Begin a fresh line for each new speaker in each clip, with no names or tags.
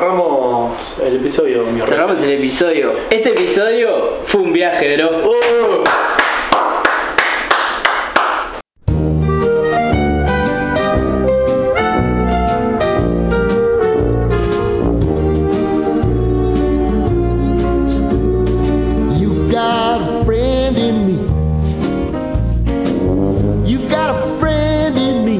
Cerramos el episodio, mis
Cerramos
ratas.
el episodio. Este episodio fue un viaje, bro.
¡Oh!
You got a friend in me. You got a friend in me.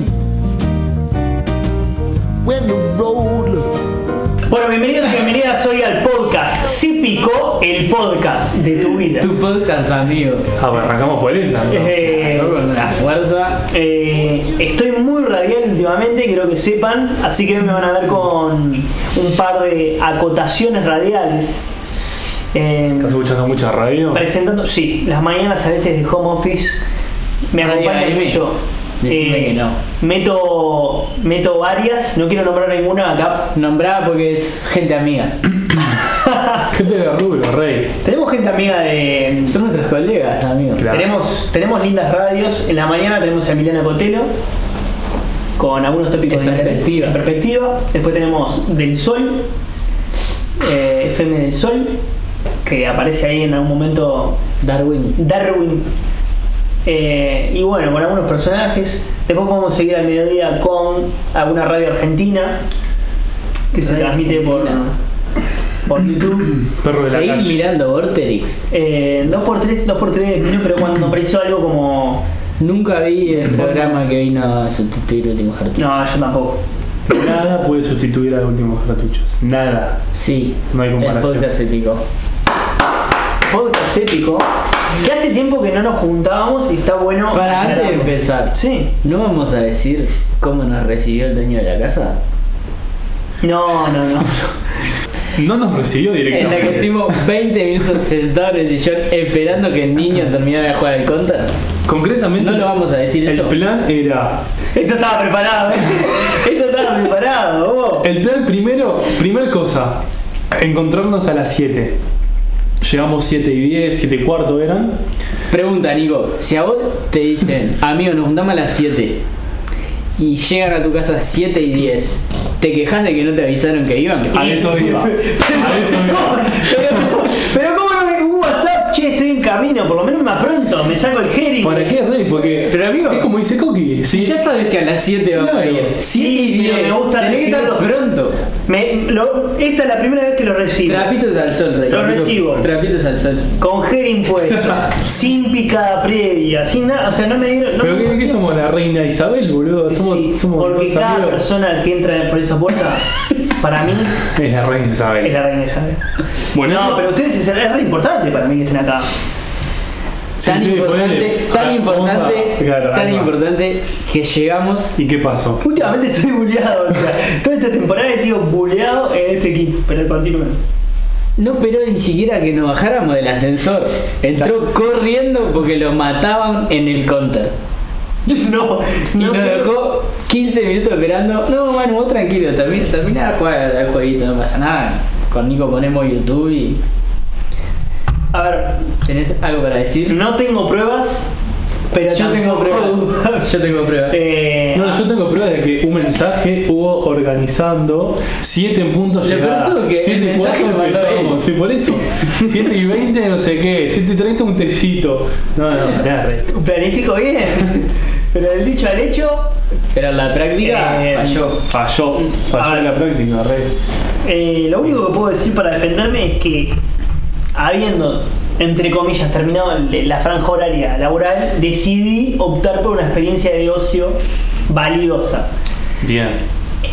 When the road looks
Bueno, bienvenidos y bienvenidas hoy al podcast Cípico, el podcast de tu vida.
podcast, amigo.
Ah, bueno, arrancamos por lenta.
Eh,
Con la fuerza.
eh, estoy muy radial últimamente, quiero que sepan, así que hoy me van a ver con un par de acotaciones radiales. Eh,
¿Estás escuchando mucha radio?
presentando, sí, las mañanas a veces de home office me
Radio
acompaña
AM.
mucho. Eh,
Decime que no.
Meto, meto varias, no quiero nombrar ninguna acá.
Nombrada porque es gente amiga.
Gente de rubro, rey.
Tenemos gente amiga de,
Son nuestros colegas, amigo.
Claro.
Tenemos, tenemos lindas radios. En la mañana tenemos a Emiliana Cotelo con algunos tópicos
En
de interés.
perspectiva.
En perspectiva. Después tenemos Del Sol, eh, FM del Sol, que aparece ahí en algún momento
Darwin.
Darwin. Eh, y bueno, con algunos personajes. Después vamos a seguir al mediodía con alguna radio argentina que se
Radio
transmite por,
Argentina.
por YouTube.
Perro de la
Seguís
calle.
mirando Vorterix.
Eh, 2x3, 2x3 minutos, pero cuando apareció algo como
Nunca vi el programa que vino a sustituir último Hartu.
No, yo tampoco.
Nada puede sustituir a los últimos cartuchos. Nada.
Sí.
No hay
el
comparación.
podcast épico.
Podcast épico. Que hace tiempo que no nos juntábamos y está bueno.
Para
aclararlo.
antes de empezar,
Sí.
¿no vamos a decir cómo nos recibió el dueño de la casa?
No, no, no.
No nos recibió
En la
directamente.
que estuvimos 20 minutos sentados en el sillón esperando que el niño terminara de jugar al counter.
Concretamente,
No lo vamos a decir
el
eso.
plan era.
Esto estaba preparado, ¿eh? Esto estaba preparado, vos.
El plan primero, primer cosa, encontrarnos a las 7. Llegamos 7 y 10, 7 y cuarto eran.
Pregunta, Nico, si a vos te dicen, amigo, nos juntamos a las 7 y llegan a tu casa 7 y 10, ¿te quejas de que no te avisaron que iban?
A Ah, eso iba. A eso iba.
Pero, pero ¿cómo no me un WhatsApp? Che, estoy en camino, por lo menos me apronto, me saco el herring.
¿Para qué rey? Porque.
Pero, amigo,
es como dice Coqui.
Si
Si
ya sabes que a las 7 vas a
Claro.
ir, 7 y
Sí,
10,
pero me gusta
tenés que estar
recibirlo.
pronto.
Me- lo- esta es la primera vez que lo recibo.
Trapitos al sol, rey.
Lo
Trapitos al
recibo.
sol. Trapitos al sol.
Con herring puesto, sin picada previa, sin nada. O sea, no me dieron. No
¿Pero
me
qué, qué somos? ¿La reina Isabel, boludo? Somos,
Sí,
somos
porque
dos
cada
amigos.
persona que entra por esa puerta, para mí,
Es la reina Isabel.
es la reina Isabel.
Bueno,
No,
eso-
pero ustedes es, es re importante para mí que estén acá.
Sí,
tan
sí, ponele.
importante,
Ahora,
tan importante,
vamos a- claro,
tan
ahí va.
importante que llegamos.
¿Y qué pasó?
Últimamente soy buleado, o sea, toda esta temporada he sido buleado en este equipo, pero continúen.
No esperó ni siquiera que nos bajáramos del ascensor. Entró corriendo porque lo mataban en el counter.
No,
Y
no,
nos dejó 15 minutos esperando. No, bueno, vos tranquilo, termina, termina de jugar al jueguito, no pasa nada. Con Nico ponemos YouTube y.
A ver,
¿Tenés algo para decir?
no tengo pruebas, pero
Yo tengo
tampoco-
pruebas. Yo tengo pruebas.
eh,
No, yo tengo pruebas de que un mensaje hubo organizando 7 en punto
Lo pelotudo
llegada.
que el
7 y
mensaje
4
lo mandó él.
empezamos, sí, por eso. 7 y 20 no sé qué, 7 y 30 un tecito. No, no, la re.
planifico bien, pero del dicho al hecho,
Pero en la práctica
Eh,
falló.
Falló,
A
falló
ver.
en la práctica, re.
eh, lo único que puedo decir para defenderme es que, habiendo, entre comillas, terminado le- la franja horaria laboral, decidí optar por una experiencia de ocio valiosa.
Bien.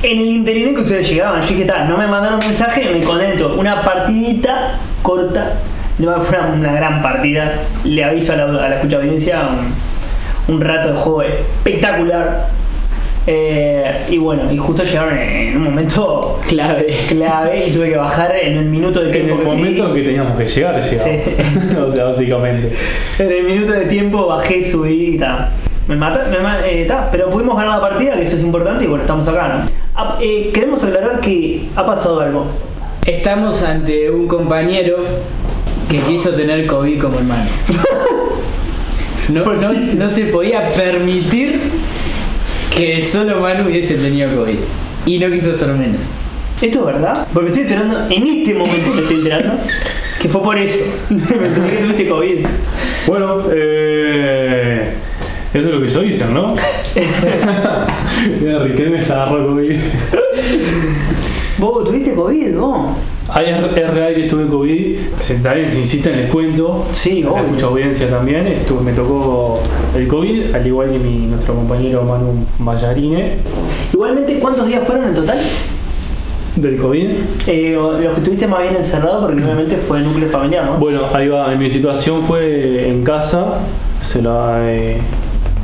En el interino que ustedes llegaban, yo dije, "Ta, no me mandaron mensaje, me conecto. Una partidita corta, no fue una, una gran partida. Le aviso a la, a la escucha audiencia un, un rato de juego espectacular. Eh, y bueno, y justo llegaron en, en un momento
Claave.
clave y tuve que bajar en el minuto de
En
tiempo
el
que
momento en que teníamos que llegar, llegamos.
Sí.
o sea, básicamente.
pedí. En el minuto de tiempo bajé, subí y ta. Me mata, me ma- eh, ta, pero pudimos ganar la partida, que eso es importante, y bueno, estamos acá, ¿no? Ah, eh, queremos aclarar que ha pasado algo.
Estamos ante un compañero que quiso tener COVID como hermano. No, no- no se podía permitir que solo Manu hubiese tenido COVID. Y no quiso ser menos.
¿Esto es verdad? Porque estoy enterando, en este momento me estoy enterando, que fue por eso. me enteré que tuviste COVID.
Bueno, eh, eso es lo que yo hice, ¿no? Mira, Riquelme se agarró COVID.
Vos tuviste COVID, vos.
Ay, es, es real que estuve COVID. Se, también se insisten, les cuento.
Sí,
Hay mucha
obvio.
audiencia también. Estuve, me tocó el COVID, al igual que mi, nuestro compañero Manu Mayarine
Igualmente, ¿cuántos días fueron en total?
del COVID.
Eh, o- los que estuviste más bien encerrado porque obviamente fue el núcleo familiar, ¿no?
Bueno, ahí va. En mi situación fue en casa. Se lo, eh,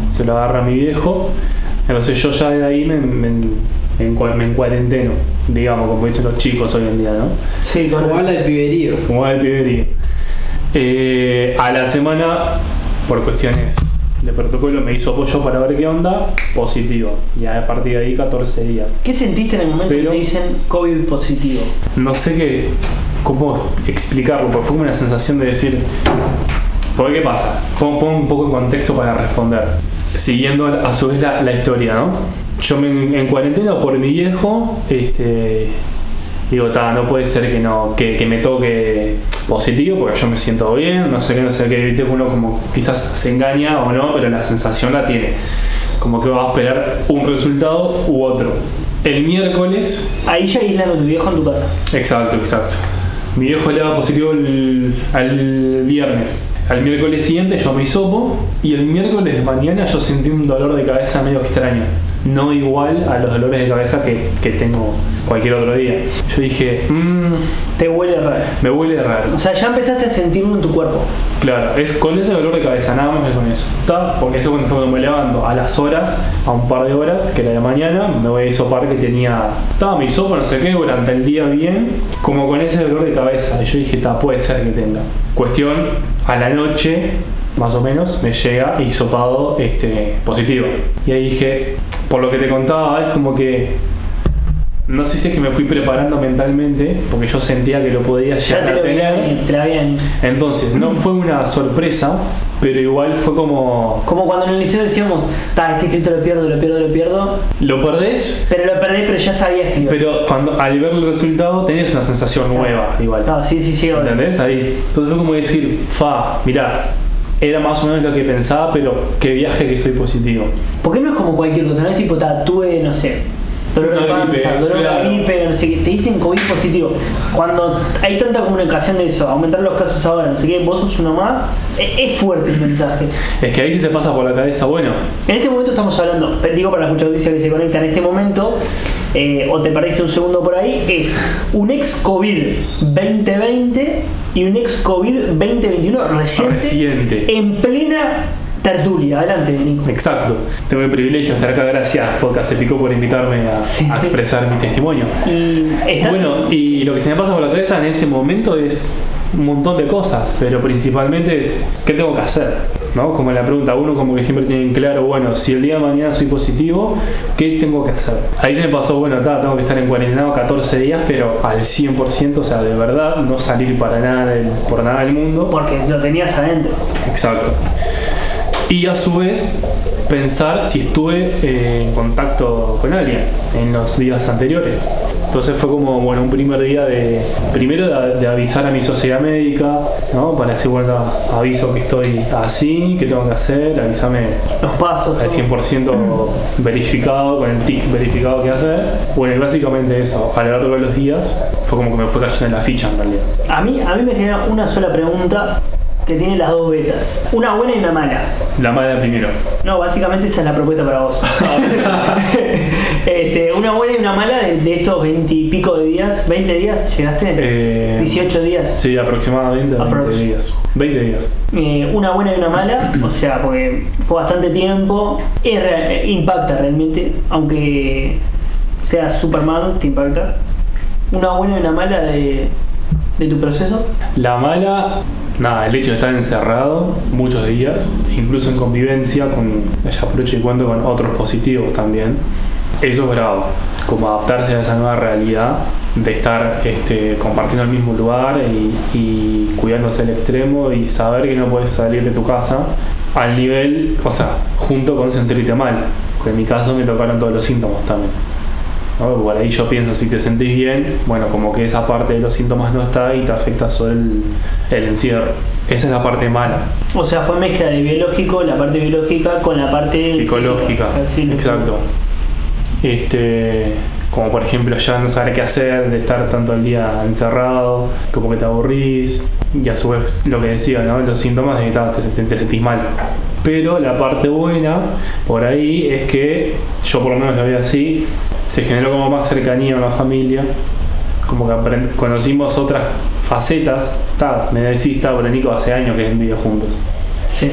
se lo agarra mi viejo. Entonces yo ya de ahí me, me, me encua- me encuarenteno, digamos, como dicen los chicos hoy en día, ¿no?
Sí,
Como habla el piberío.
Como va el piberío. Eh, a la semana, por cuestiones de protocolo, me hizo apoyo para ver qué onda, positivo. Y a partir de ahí 14 días.
¿Qué sentiste en el momento
Pero-
que te dicen COVID positivo?
No sé qué, cómo explicarlo, porque fue como una sensación de decir, porque qué pasa? Pon, pon un poco en contexto para responder. Siguiendo a su vez la, la historia, ¿no? Yo me, en- en cuarentena por mi viejo, este, digo, ta, no puede ser que no, que, que me toque positivo, porque yo me siento bien, no sé qué, no sé qué, viste, uno como quizás se engaña o no, pero la sensación la tiene. Como que va a esperar un resultado u otro. El miércoles
Ahí ya aislan a tu viejo en tu casa.
Exacto, exacto. Mi viejo le daba positivo el, al viernes. Al miércoles siguiente yo me hisopo y el miércoles de mañana yo sentí un dolor de cabeza medio extraño. No igual a los dolores de cabeza que, que tengo cualquier otro día. Yo dije, "Mm,
Te huele raro.
me huele raro.
O sea, ya empezaste a sentirlo en tu cuerpo.
Claro, es con ese dolor de cabeza, nada más que con eso. ¿Está? Porque eso cuando fue cuando me levanto, a las horas, a un par de horas, que era de mañana, me voy a hisopar que tenía. Estaba mi sopa, no sé qué, durante el día bien, como con ese dolor de cabeza. Y yo dije, está, puede ser que tenga. Cuestión, a la noche, más o menos, me llega hisopado este, positivo. Y ahí dije, por lo que te contaba, es como que. No sé si es que me fui preparando mentalmente, porque yo sentía que lo podía
Ya
llegar
te
a
lo
tener.
veían, te la habían.
Entonces, no fue una sorpresa, pero igual fue como.
Como cuando en el liceo decíamos, ta, este escrito lo pierdo, lo pierdo, lo pierdo.
Lo perdés,
Pero lo perdí, pero ya sabías que lo
pero cuando al ver el resultado tenés una sensación nueva, igual.
No, sí, sí, sí. obvio.
¿Entendés? Ahí. Entonces fue como decir, fa, mirá, era más o menos lo que pensaba, pero qué viaje que soy positivo.
¿Por qué no es como cualquier cosa? No es tipo tatúe, no sé. Dolor de
Una gripe,
panza, dolor
claro.
de gripe, no sé qué. Te dicen COVID positivo. Cuando hay tanta comunicación de eso, aumentar los casos ahora, no sé qué, vos sos uno más, e-, es, es fuerte el mensaje.
Es que ahí se te pasa por la cabeza, bueno,
En este momento estamos hablando, te digo para la audiencia que se conecta en este momento, eh, o te perdiste un segundo por ahí, es un ex COVID 2020 y un ex COVID 2021 reciente,
Reciente.
en plena tertulia. Adelante, Nico.
exacto. Tengo el privilegio de estar acá, gracias, podcast se picó por invitarme a-
Sí.
a expresar mi testimonio.
Y estás
Bueno, y lo que se me pasa por la cabeza en ese momento es un montón de cosas, pero principalmente es ¿qué tengo que hacer? ¿No? Como la pregunta, uno como que siempre tiene en claro, bueno, si el día de mañana soy positivo, ¿qué tengo que hacer? Ahí se me pasó, bueno, ta, tengo que estar en cuarentena 14 días, pero al 100%, o sea, de verdad, no salir para nada del- por nada del mundo.
porque lo tenías adentro.
Exacto. Y a su vez, pensar si estuve eh, en contacto con alguien en los días anteriores. Entonces fue como, bueno, un primer día de, primero de, de avisar a mi sociedad médica, ¿no? Para decir, bueno, aviso que estoy así, que tengo que hacer, avísame
Los pasos.
al
todo.
100% verificado, con el tic verificado que hacer. Bueno, y básicamente eso, a lo largo de los días, fue como que me fue cayendo en la ficha en realidad.
A mí, a mí me genera una sola pregunta que tiene las dos betas. Una buena y una mala.
La mala primero.
No, básicamente esa es la propuesta para vos. Este, una buena y una mala de, de estos 20 y pico de días. ¿20 días llegaste?
Eh,
18 días.
Sí, aproximadamente 20
Aprox.
días. 20 días.
Eh, una buena y una mala, o sea, porque fue bastante tiempo. Es re- impacta realmente, aunque sea Superman, te impacta. Una buena y una mala de, de tu proceso.
La mala, nada, el hecho de estar encerrado muchos días, incluso en convivencia con, ya aprovecho y cuento con otros positivos también. Eso es bravo, como adaptarse a esa nueva realidad de estar este, compartiendo el mismo lugar y, y cuidándose al extremo y saber que no puedes salir de tu casa al nivel, o sea, junto con sentirte mal. que En mi caso me tocaron todos los síntomas también. ¿no? Por ahí yo pienso, si te sentís bien, bueno, como que esa parte de los síntomas no está y te afecta solo el, el encierro. Esa es la parte mala,
O sea, fue mezcla de biológico, la parte biológica, con la parte
psicológica.
psíquica. Así lo-
Exacto. Este, como por ejemplo ya no saber qué hacer, de estar tanto el día encerrado, como que te aburrís, y a su vez lo que decía, ¿no? Los síntomas de que ta, te, te- te sentís mal. Pero la parte buena por ahí es que, yo por lo menos lo veo así, se generó como más cercanía a la familia, como que aprend- conocimos otras facetas, ta, me decís, ta, pero Nico hace años que es en vivo juntos.
Sí.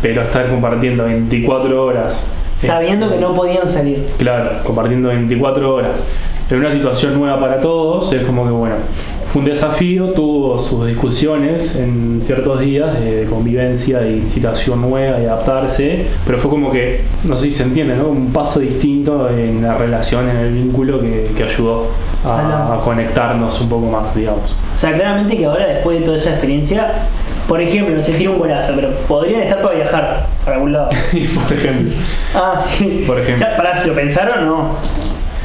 Pero estar compartiendo 24 horas. eh,
Sabiendo que no podían salir.
Claro, compartiendo 24 horas. En una situación nueva para todos, es como que bueno, fue un desafío, tuvo sus discusiones en ciertos días de convivencia, de situación nueva, de adaptarse, pero fue como que, no sé si se entiende, ¿no? Un paso distinto en la relación, en el vínculo que, que ayudó a,
Ojalá.
a conectarnos un poco más, digamos.
O sea, claramente que ahora, después de toda esa experiencia, por ejemplo, no se tira un golazo, pero podrían estar para viajar para algún lado.
Por ejemplo.
Ah, sí.
Por ejemplo.
Ya, pará, si lo pensaron, no.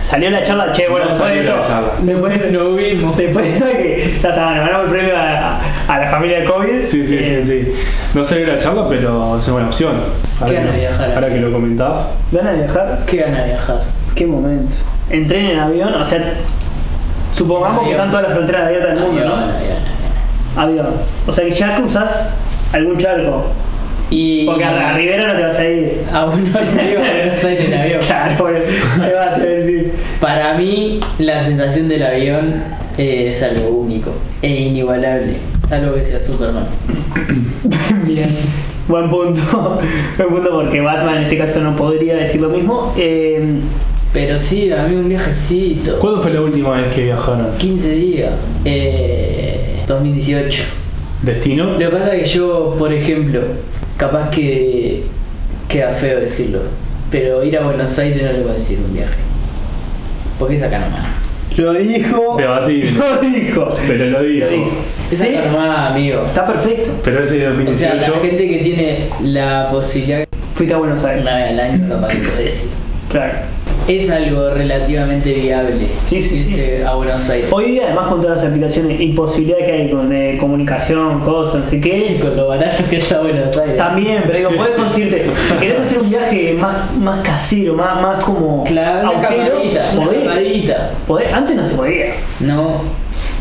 Salió la charla, che, bueno,
No
después de
salió la
esto-
charla.
Después no vimos. Después de esto que ya está, nos ganamos el premio a, a la familia de COVID.
Sí, sí,
Eh,
sí, sí. No salió la charla, pero es una buena opción.
Qué
que,
ganas de viajar,
ahora que
amigo.
lo comentás.
¿Ganas de viajar?
Qué gana de viajar.
Qué momento. Entren en avión, o sea, supongamos que
Avión.
están todas las fronteras abiertas del mundo,
Avión, avión.
¿no? Avión. O sea que ya cruzás algún charco.
Y.
Porque a, a Rivera no te vas a ir.
A uno le digo que no sale en avión.
Claro, bueno, ahí vas a decir.
Para mí, la sensación del avión eh, es algo único e inigualable. Salvo que sea Superman.
Bien. Buen punto. Buen punto porque Batman en este caso no podría decir lo mismo. Eh,
Pero sí, a mí un viajecito.
¿Cuándo fue la última vez que viajaron?
15 días. Eh, 2018.
¿Destino?
Lo que pasa es que yo, por ejemplo, capaz que queda feo decirlo, pero ir a Buenos Aires no le puedo decir un viaje. Porque es acá nomás.
lo dijo.
Debatible.
Lo dijo.
Pero lo digo.
Lo dijo.
Es
Sí,
acá nomás, amigo.
está perfecto.
Pero ese de
O sea, la
2018.
gente que tiene la posibilidad
Fuiste a Buenos Aires.
una vez al año capaz que lo decir.
Claro.
Es algo relativamente viable
Sí, sí, sí.
irse a Buenos Aires.
Hoy día, además, con todas las aplicaciones y posibilidades que hay con eh, comunicación, cosas, no sé qué.
Con lo barato que está Buenos Aires.
También, pero digo, podés conseguirte. Si querés hacer un viaje más, más casero, más, más como.
Claro, una
austero,
camadita, una
podés.
camadita.
podés. Antes no se podía.
No,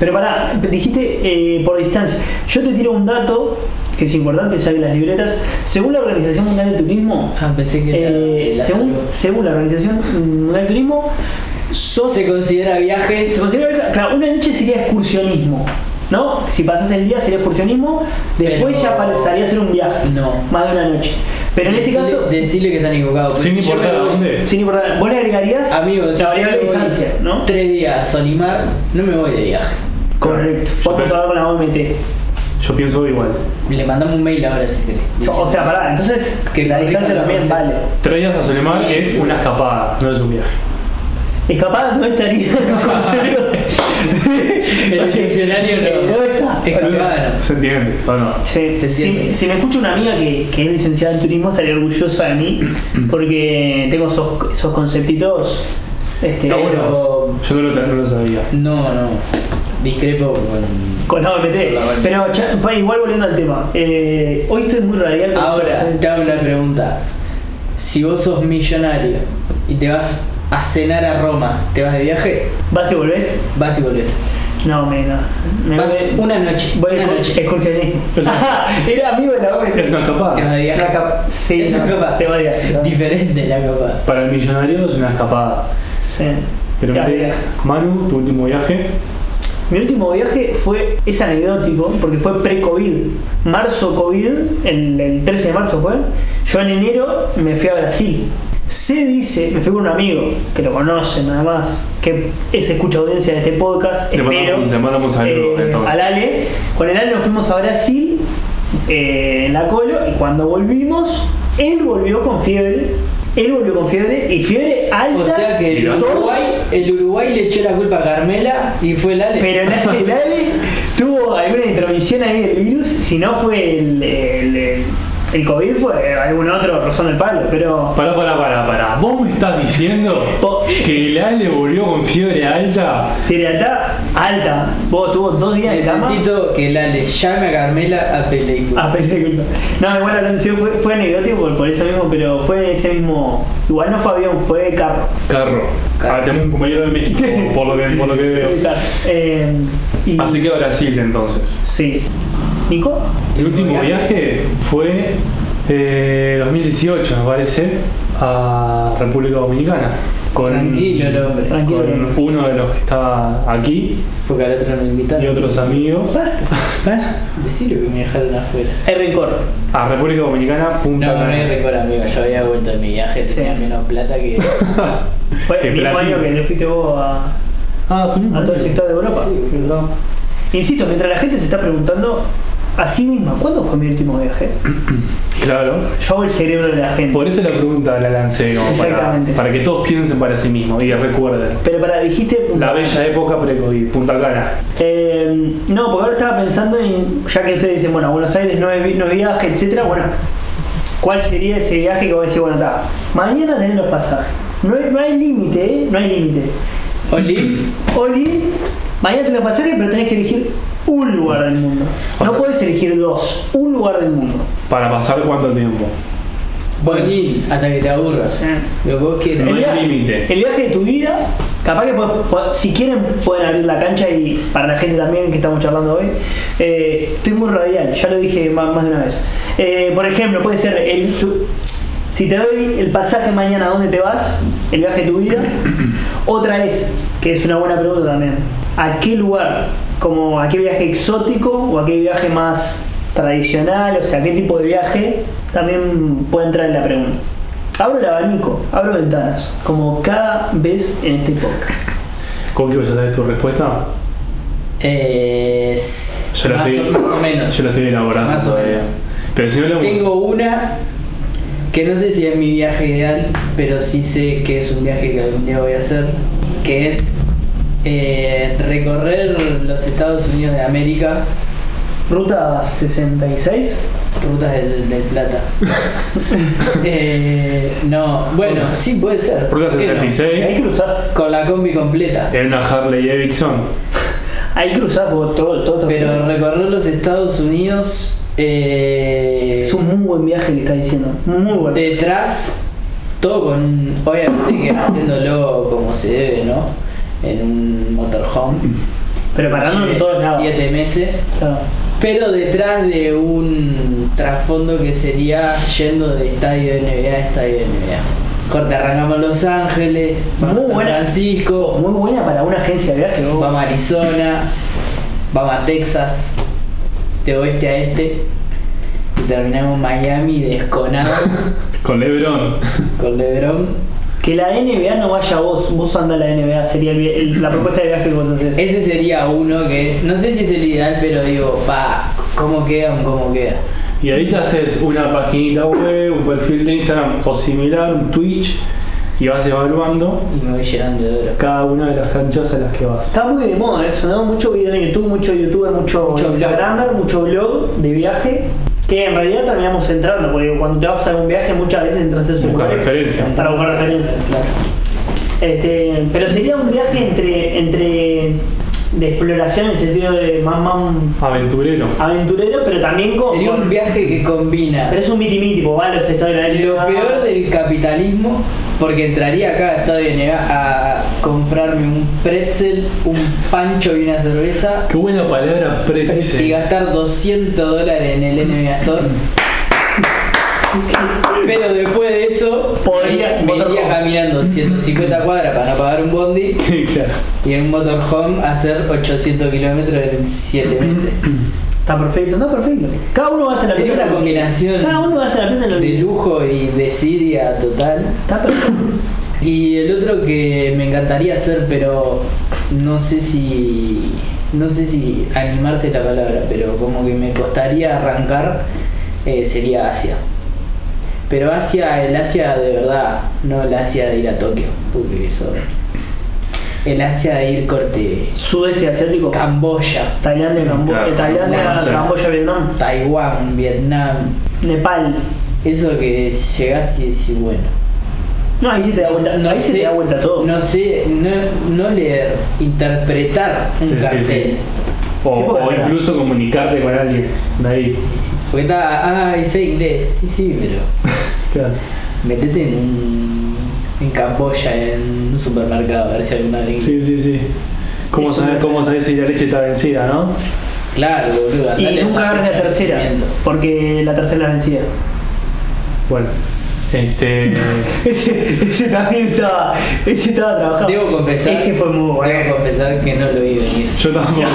Pero pará, dijiste eh, por distancia. Yo te tiro un dato que es importante, ya que las libretas. Según la Organización Mundial de Turismo,
ah, pensé que
eh,
era la
según,
salud.
según la Organización Mundial de Turismo, sos
se considera viaje.
Se considera que, claro, una noche sería excursionismo, ¿no? Si pasas el día sería excursionismo, después
Pero-
ya pasaría a ser un viaje,
No.
más de una noche. Pero en este
Decirle-
caso,
decirle que están equivocados.
Sin
porque si yo
importar
me
a
voy-
dónde.
sin importar, vos le agregarías
Amigos,
la variable
yo me voy
distancia, ¿no?
Tres días a Sonimar, no me voy de viaje.
Correcto. Vos podés hablar con la OMT.
Yo pienso igual.
Le mandamos un mail ahora si querés.
O sea, pará, entonces
Que
la
corrija
distancia
el
también
concepto.
vale.
Tres días a Solemar
Sí.
es una escapada, no es un viaje.
Escapada no estaría en los conceptos.
En el diccionario no.
No está.
Escapada,
¿Se entiende? ¿O no?
Che,
Se
si,
entiende.
si me escucha una amiga que, que es licenciada en turismo, estaría orgullosa de mí porque tengo esos, esos conceptitos. Este,
Está
pero-
bueno. Yo no lo, no lo sabía.
no. No, no. Discrepo con.
Con la OMT.
Con la OMT.
Pero cha- pa, igual volviendo al tema. eh, hoy estoy muy radial. con
Ahora,
eso.
te hago una pregunta. Si vos sos millonario y te vas a cenar a Roma, ¿te vas de viaje?
¿Vas y volvés?
Vas y volvés.
No, me, no. Me
Vas
voy-
una noche.
Voy
una
a
noche.
excursionismo.
Es una-
Ajá, Era amigo de la OMT.
Es una
Te vas
escapada.
de viaje.
Una capa- Sí,
Es una
no,
capa.
Te voy a
Diferente la capa.
Para el millonario es una escapada.
Sí.
Pero
Ya,
antes,
ya.
Manu, tu último viaje.
Mi último viaje fue, es anecdótico, porque fue pre-COVID. Marzo COVID, el, el 13 de marzo fue. Yo en enero me fui a Brasil. Se dice, me fui con un amigo, que lo conoce nada más, que es escucha audiencia de este podcast,
Le
espero. eh,
mandamos- le mandamos saludos, entonces.
Al Ale. Con el Ale nos fuimos a Brasil, eh, en la Colo, y cuando volvimos, él volvió con fiebre. Él volvió con fiebre, y fiebre alta.
O sea que el
Mirá.
Uruguay, el Uruguay le echó la culpa a Carmela y fue el Ale.
Pero este el Ale, el Ale tuvo alguna intromisión ahí del virus, si no fue el, el- el- El COVID fue algún otro rozón del palo, pero.
Pará, pará, pará, pará. ¿Vos me estás diciendo
Po-
que el Ale volvió con fiebre alta?
Cerealidad alta. Vos tuvo dos días de cama. Ah,
Necesito que Lale llame a Carmela a película.
A pesar de que- No, igual la atención fue, fue anecdótico por, por eso mismo, pero fue ese mismo. Igual no fue avión, fue carro.
Carro.
Carro.
Ah, tenemos un compañero de México, por lo que, por lo que veo.
Fue carro. Eh, y-
Así que a Brasil entonces.
Sí. ¿Nico?
El último viaje fue eh, 2018, me parece, a República Dominicana. Con,
Tranquilo el hombre.
Tranquilo.
con uno de los que estaba aquí
Porque al otro no invitaron.
y otros amigos.
¿Eh? Decirle que me dejaron afuera.
El rencor.
A República Dominicana, Punta
No, no
Cana.
hay rencor, amigo. Yo había vuelto en mi viaje, tenía menos plata que.
Fue
Qué
el mismo
platino.
año que le fuiste vos a,
Ah, fue un
a todo el sector de Europa.
Sí,
Perdón.
Insisto, mientras la gente se está preguntando a sí misma, ¿cuándo fue mi último viaje?
Claro.
Yo hago el cerebro de la gente.
Por eso la pregunta la lancé, como para,
Exactamente.
para que todos piensen para sí mismos y recuerden.
Pero para, dijiste.
La bella época pre-COVID, Punta Cana.
Eh, no, porque ahora estaba pensando en, ya que ustedes dicen, bueno, Buenos Aires no es, vi- no es viaje, etcétera, bueno, ¿cuál sería ese viaje que vos decís, bueno, está, mañana tenés los pasajes? No, hay- no hay límite, ¿eh? No hay límite.
Oli,
Oli, mañana tenés los pasajes, pero tenés que elegir un lugar del mundo.
O
No
sea-
puedes elegir dos, un lugar del mundo.
¿Para pasar cuánto tiempo?
Oli, hasta que te aburras.
Eh,
Lo que vos
No
quieras.
hay
Mira.
límite.
El viaje de tu vida, capaz que po- po- si quieren pueden abrir la cancha y para la gente también que estamos charlando hoy, eh, estoy muy radial, ya lo dije ma- más, de una vez. Eh, por ejemplo, puede ser, el, tu- si te doy el pasaje mañana a dónde te vas, el viaje de tu vida. Otra es, que es una buena pregunta también, ¿a qué lugar? Como a qué viaje exótico o a qué viaje más tradicional, o sea, qué tipo de viaje también puede entrar en la pregunta. Abro el abanico, abro ventanas, como cada vez en este podcast.
¿Con qué vos ya sabes tu respuesta?
Eh, s-
Yo la
más,
estoy-
o, más o menos.
Yo la estoy elaborando
Más o
todavía.
menos.
Pero si no hablamos.
Tengo una que no sé si es mi viaje ideal, pero sí sé que es un viaje que algún día voy a hacer, que es eh, recorrer los Estados Unidos de América,
Ruta 66.
rutas del, del Plata. Eh, no, bueno, sí puede ser.
Ruta
¿por qué no?
Ahí
66.
cruzás,
Con la combi completa.
Era una Harley Davidson.
ahí cruzás vos todo, todo. todo.
Pero recorrer los Estados Unidos eh,
es un muy buen viaje que estás diciendo. Muy bueno.
detrás, todo con, obviamente que haciéndolo como se debe, ¿no? En un motorhome.
Pero parando en
Llevé
todos lados.
Siete meses.
Claro.
Pero detrás de un trasfondo que sería yendo de estadio de NBA a estadio de NBA. Corte, arrancamos Los Ángeles, vamos
Muy
a San
buena.
Francisco,
Muy buena para una agencia de viaje. vos.
vamos a Arizona, vamos a Texas, de oeste a este, y terminamos en Miami desconado
Con LeBron.
con LeBron.
Que la NBA no vaya vos, vos anda a la NBA, sería el vi- el- la propuesta de viaje que vos haces.
Ese sería uno que, no sé si es el ideal, pero digo, pa, ¿cómo queda un cómo queda?
Y ahí te haces una paginita web, un perfil de Instagram o similar, un Twitch, y vas evaluando
Y me voy llenando de oro.
cada una de las canchas a las que vas.
Está muy de moda eso, ¿no? Mucho video en YouTube, mucho youtuber, mucho,
Mucho blog.
Instagramer, mucho blog de viaje. Que en realidad terminamos entrando, porque digo, cuando te vas a algún viaje muchas veces entras en su
Buscas referencia.
Para buscar referencias.
Claro.
Este, pero sería un viaje entre, entre de exploración en el sentido de más, más
Aventurero.
aventurero, pero también con.
Sería un
con-
viaje que combina
Oh, Pero es un miti miti, tipo, va a los estados de la
lo
NBA.
peor del capitalismo, porque entraría acá a Estadio de Nega a comprarme un pretzel, un pancho y una cerveza
Qué buena palabra,
y
pretzel.
gastar 200 dólares en el
Mm.
NBA Store. Pero después de eso,
Podría-
me iría
motorhome.
caminando 150 cuadras para no pagar un bondi
claro.
y en un motorhome hacer 800 kilómetros en 7 meses.
Está perfecto, está perfecto. Cada uno va a hacer la
Sería
plata.
una combinación
Cada uno va a hacer la plata en lo
de
que-
lujo y desidia total.
Está perfecto.
Y el otro que me encantaría hacer, pero no sé si. No sé si animarse es la palabra, pero como que me costaría arrancar, eh, sería Asia. Pero Asia, el Asia de verdad, no el Asia de ir a Tokio, porque eso. el Asia de ir corte
Sudeste asiático.
Camboya,
Tailandia, Cambo-
Claro.
eh, Tailandia,
No
sé.
Camboya, Vietnam,
Taiwán, Vietnam,
Nepal.
eso que llegás y decís, bueno.
No, ahí sí te da vuelta, ahí sí te da vuelta todo.
No sé, no, no leer, interpretar un
Sí, sí,
cartel.
sí. O,
Sí, porque
o
acá-
incluso comunicarte con alguien de ahí.
Porque está, ay, sé inglés, sí, sí, pero
Claro.
metete en un, en Camboya, en un supermercado, a ver si alguna vez.
Sí, sí, sí. ¿Cómo
Eso
saber,
no-
cómo saber si la leche está vencida, no?
Claro, boludo. andate
Y
a
nunca
una
agarres
fecha
la
de
tercera,
vencimiento.
porque la tercera es vencida.
Bueno, este.
Ese, ese también estaba, ese estaba trabajado.
Debo confesar.
Ese fue muy
Debo
bueno.
confesar que no lo vi venir.
yo tampoco.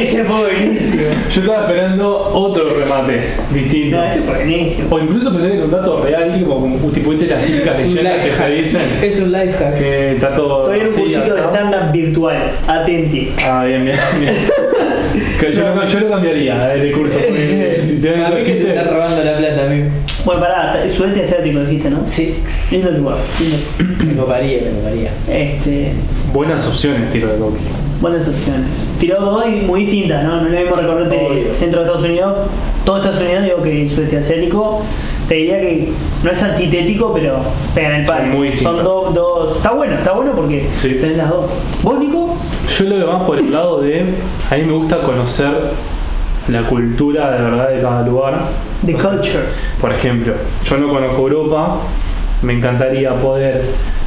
ese fue buenísimo.
Yo estaba esperando otro remate distinto.
No, ese fue buenísimo.
O incluso pensé en un dato real, como, como tipo viste las típicas leyendas que se dicen
Es un life hack.
que está todo.
Estoy en un
así,
cursito de
asado.
stand-up virtual. Atenti.
Ah, bien, bien, bien. Que yo, lo- yo lo cambiaría el curso. porque Si te
A
dan
mí que te está
chiste.
robando la plata, amigo.
Bueno, pará, ta- sudeste asiático dijiste, ¿no?
Sí,
Lindo lugar. lindo.
me coparía, me coparía.
Este,
Buenas opciones, tiro de Loki.
buenas opciones. Tiró dos y muy distintas, ¿no? No es lo mismo recorrerte
Obvio.
centro de Estados Unidos, todo Estados Unidos, digo que el sudeste asiático. Te diría que no es antitético, pero pegan el
Son
palo.
muy distintas.
dos, dos. Está bueno, está bueno porque
Sí.
tenés las dos. ¿Vos, Nico?
Yo lo veo más por el lado de. A mí me gusta conocer la cultura de verdad de cada lugar.
The
O sea,
Culture.
Por ejemplo, yo no conozco Europa, me encantaría poder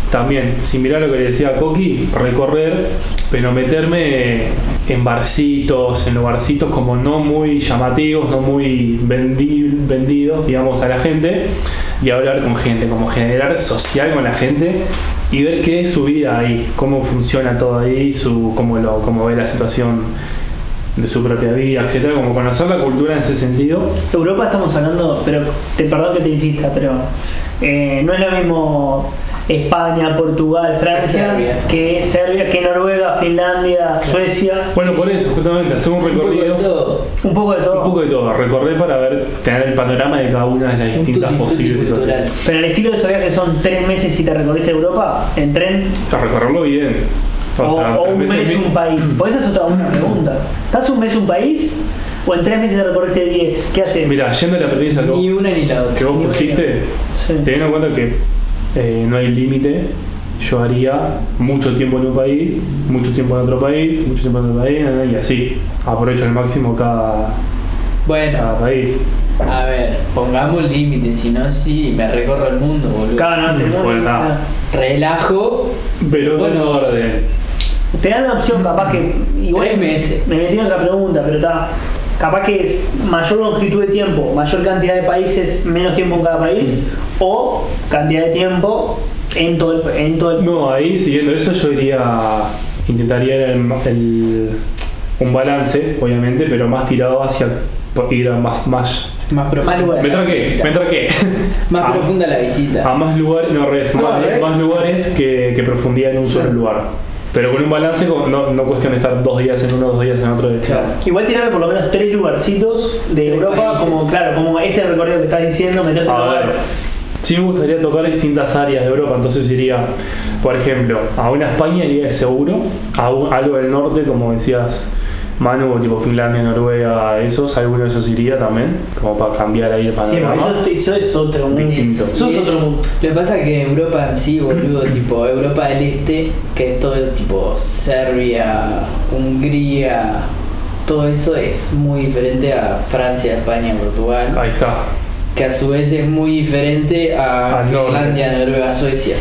también, similar a lo que le decía a Coqui, recorrer, pero meterme en barcitos, en lugarcitos como no muy llamativos, no muy vendi- vendidos, digamos, a la gente, y hablar con gente, como generar social con la gente y ver qué es su vida ahí, cómo funciona todo ahí, su, cómo, lo, cómo ve la situación de su propia vida, etcétera, como conocer la cultura en ese sentido.
Europa estamos hablando, pero te perdón que te insista, pero eh, no es lo mismo España, Portugal, Francia
Serbia.
que Serbia, que Noruega, Finlandia, Suecer.
Bueno, por eso, justamente, hacer un
Un poco de
recorrido.
todo.
Un poco de todo.
Un poco de todo, recorrer para ver, tener el panorama de cada una de las
Un
distintas
tutti frutti
posibles
cultural.
situaciones.
Pero el estilo de esos viajes son tres meses si te recorriste Europa en tren
A recorrerlo bien. O,
o,
sea,
o
tres
un mes
veces mi-
un país. Por eso es otra una pregunta. ¿Estás un mes un país o en tres meses te recorriste 10? ¿Qué haces?
Mira, yendo a la premisa que
Ni
vos,
una ni la otra.
que vos
Ni una ni la
pusiste,
otra.
Sí.
teniendo en cuenta que eh, no hay límite, yo haría mucho tiempo en un país, mucho tiempo en otro país, mucho tiempo en otro país, eh, y así. Aprovecho al máximo cada,
Bueno,
cada país.
a ver, pongamos límites, si no, sí, me recorro el mundo, boludo.
Cada no, te-
Bueno.
Relajo,
Pero
Bueno.
bueno, orden.
Te dan la opción, capaz que.
Tres meses.
Me metí en otra pregunta, pero está. Capaz que es mayor longitud de tiempo, mayor cantidad de países, menos tiempo en cada país, o cantidad de tiempo en todo el. En todo el
No, ahí siguiendo eso yo iría, intentaría el- el- un balance, obviamente, pero más tirado hacia por ir a más, más
más profunda.
lugares.
me
la
traqué,
visita.
me Ah. traqué.
Más
a,
profunda la visita.
a más lugares, no res,
Ah,
más,
¿ves?
más lugares que, que profundidad en un solo lugar. Pero con un balance, como- no, no cuestión de estar dos días en uno, dos días en otro.
Claro.
Igual tirarme por lo menos tres lugarcitos de
Tres
Europa,
países.
como claro, como este recorrido que estás diciendo, meterte en
A
lugar.
ver. Sí me gustaría tocar distintas áreas de Europa, entonces iría, por ejemplo, a una España iría de seguro, a un- algo del norte, como decías Manu, tipo Finlandia, Noruega, esos, alguno de esos iría también, como para cambiar ahí el
Sí,
panorama.
eso, eso es otro mundo.
Distinto.
Sos
Y es-
otro mundo.
Lo que pasa es que Europa en sí, boludo, tipo Europa del Este, que es todo tipo Serbia, Hungría, todo eso es muy diferente a Francia, España, Portugal,
Ahí está.
que a su vez es muy diferente a
Al norte.
Finlandia, Noruega, Suecia.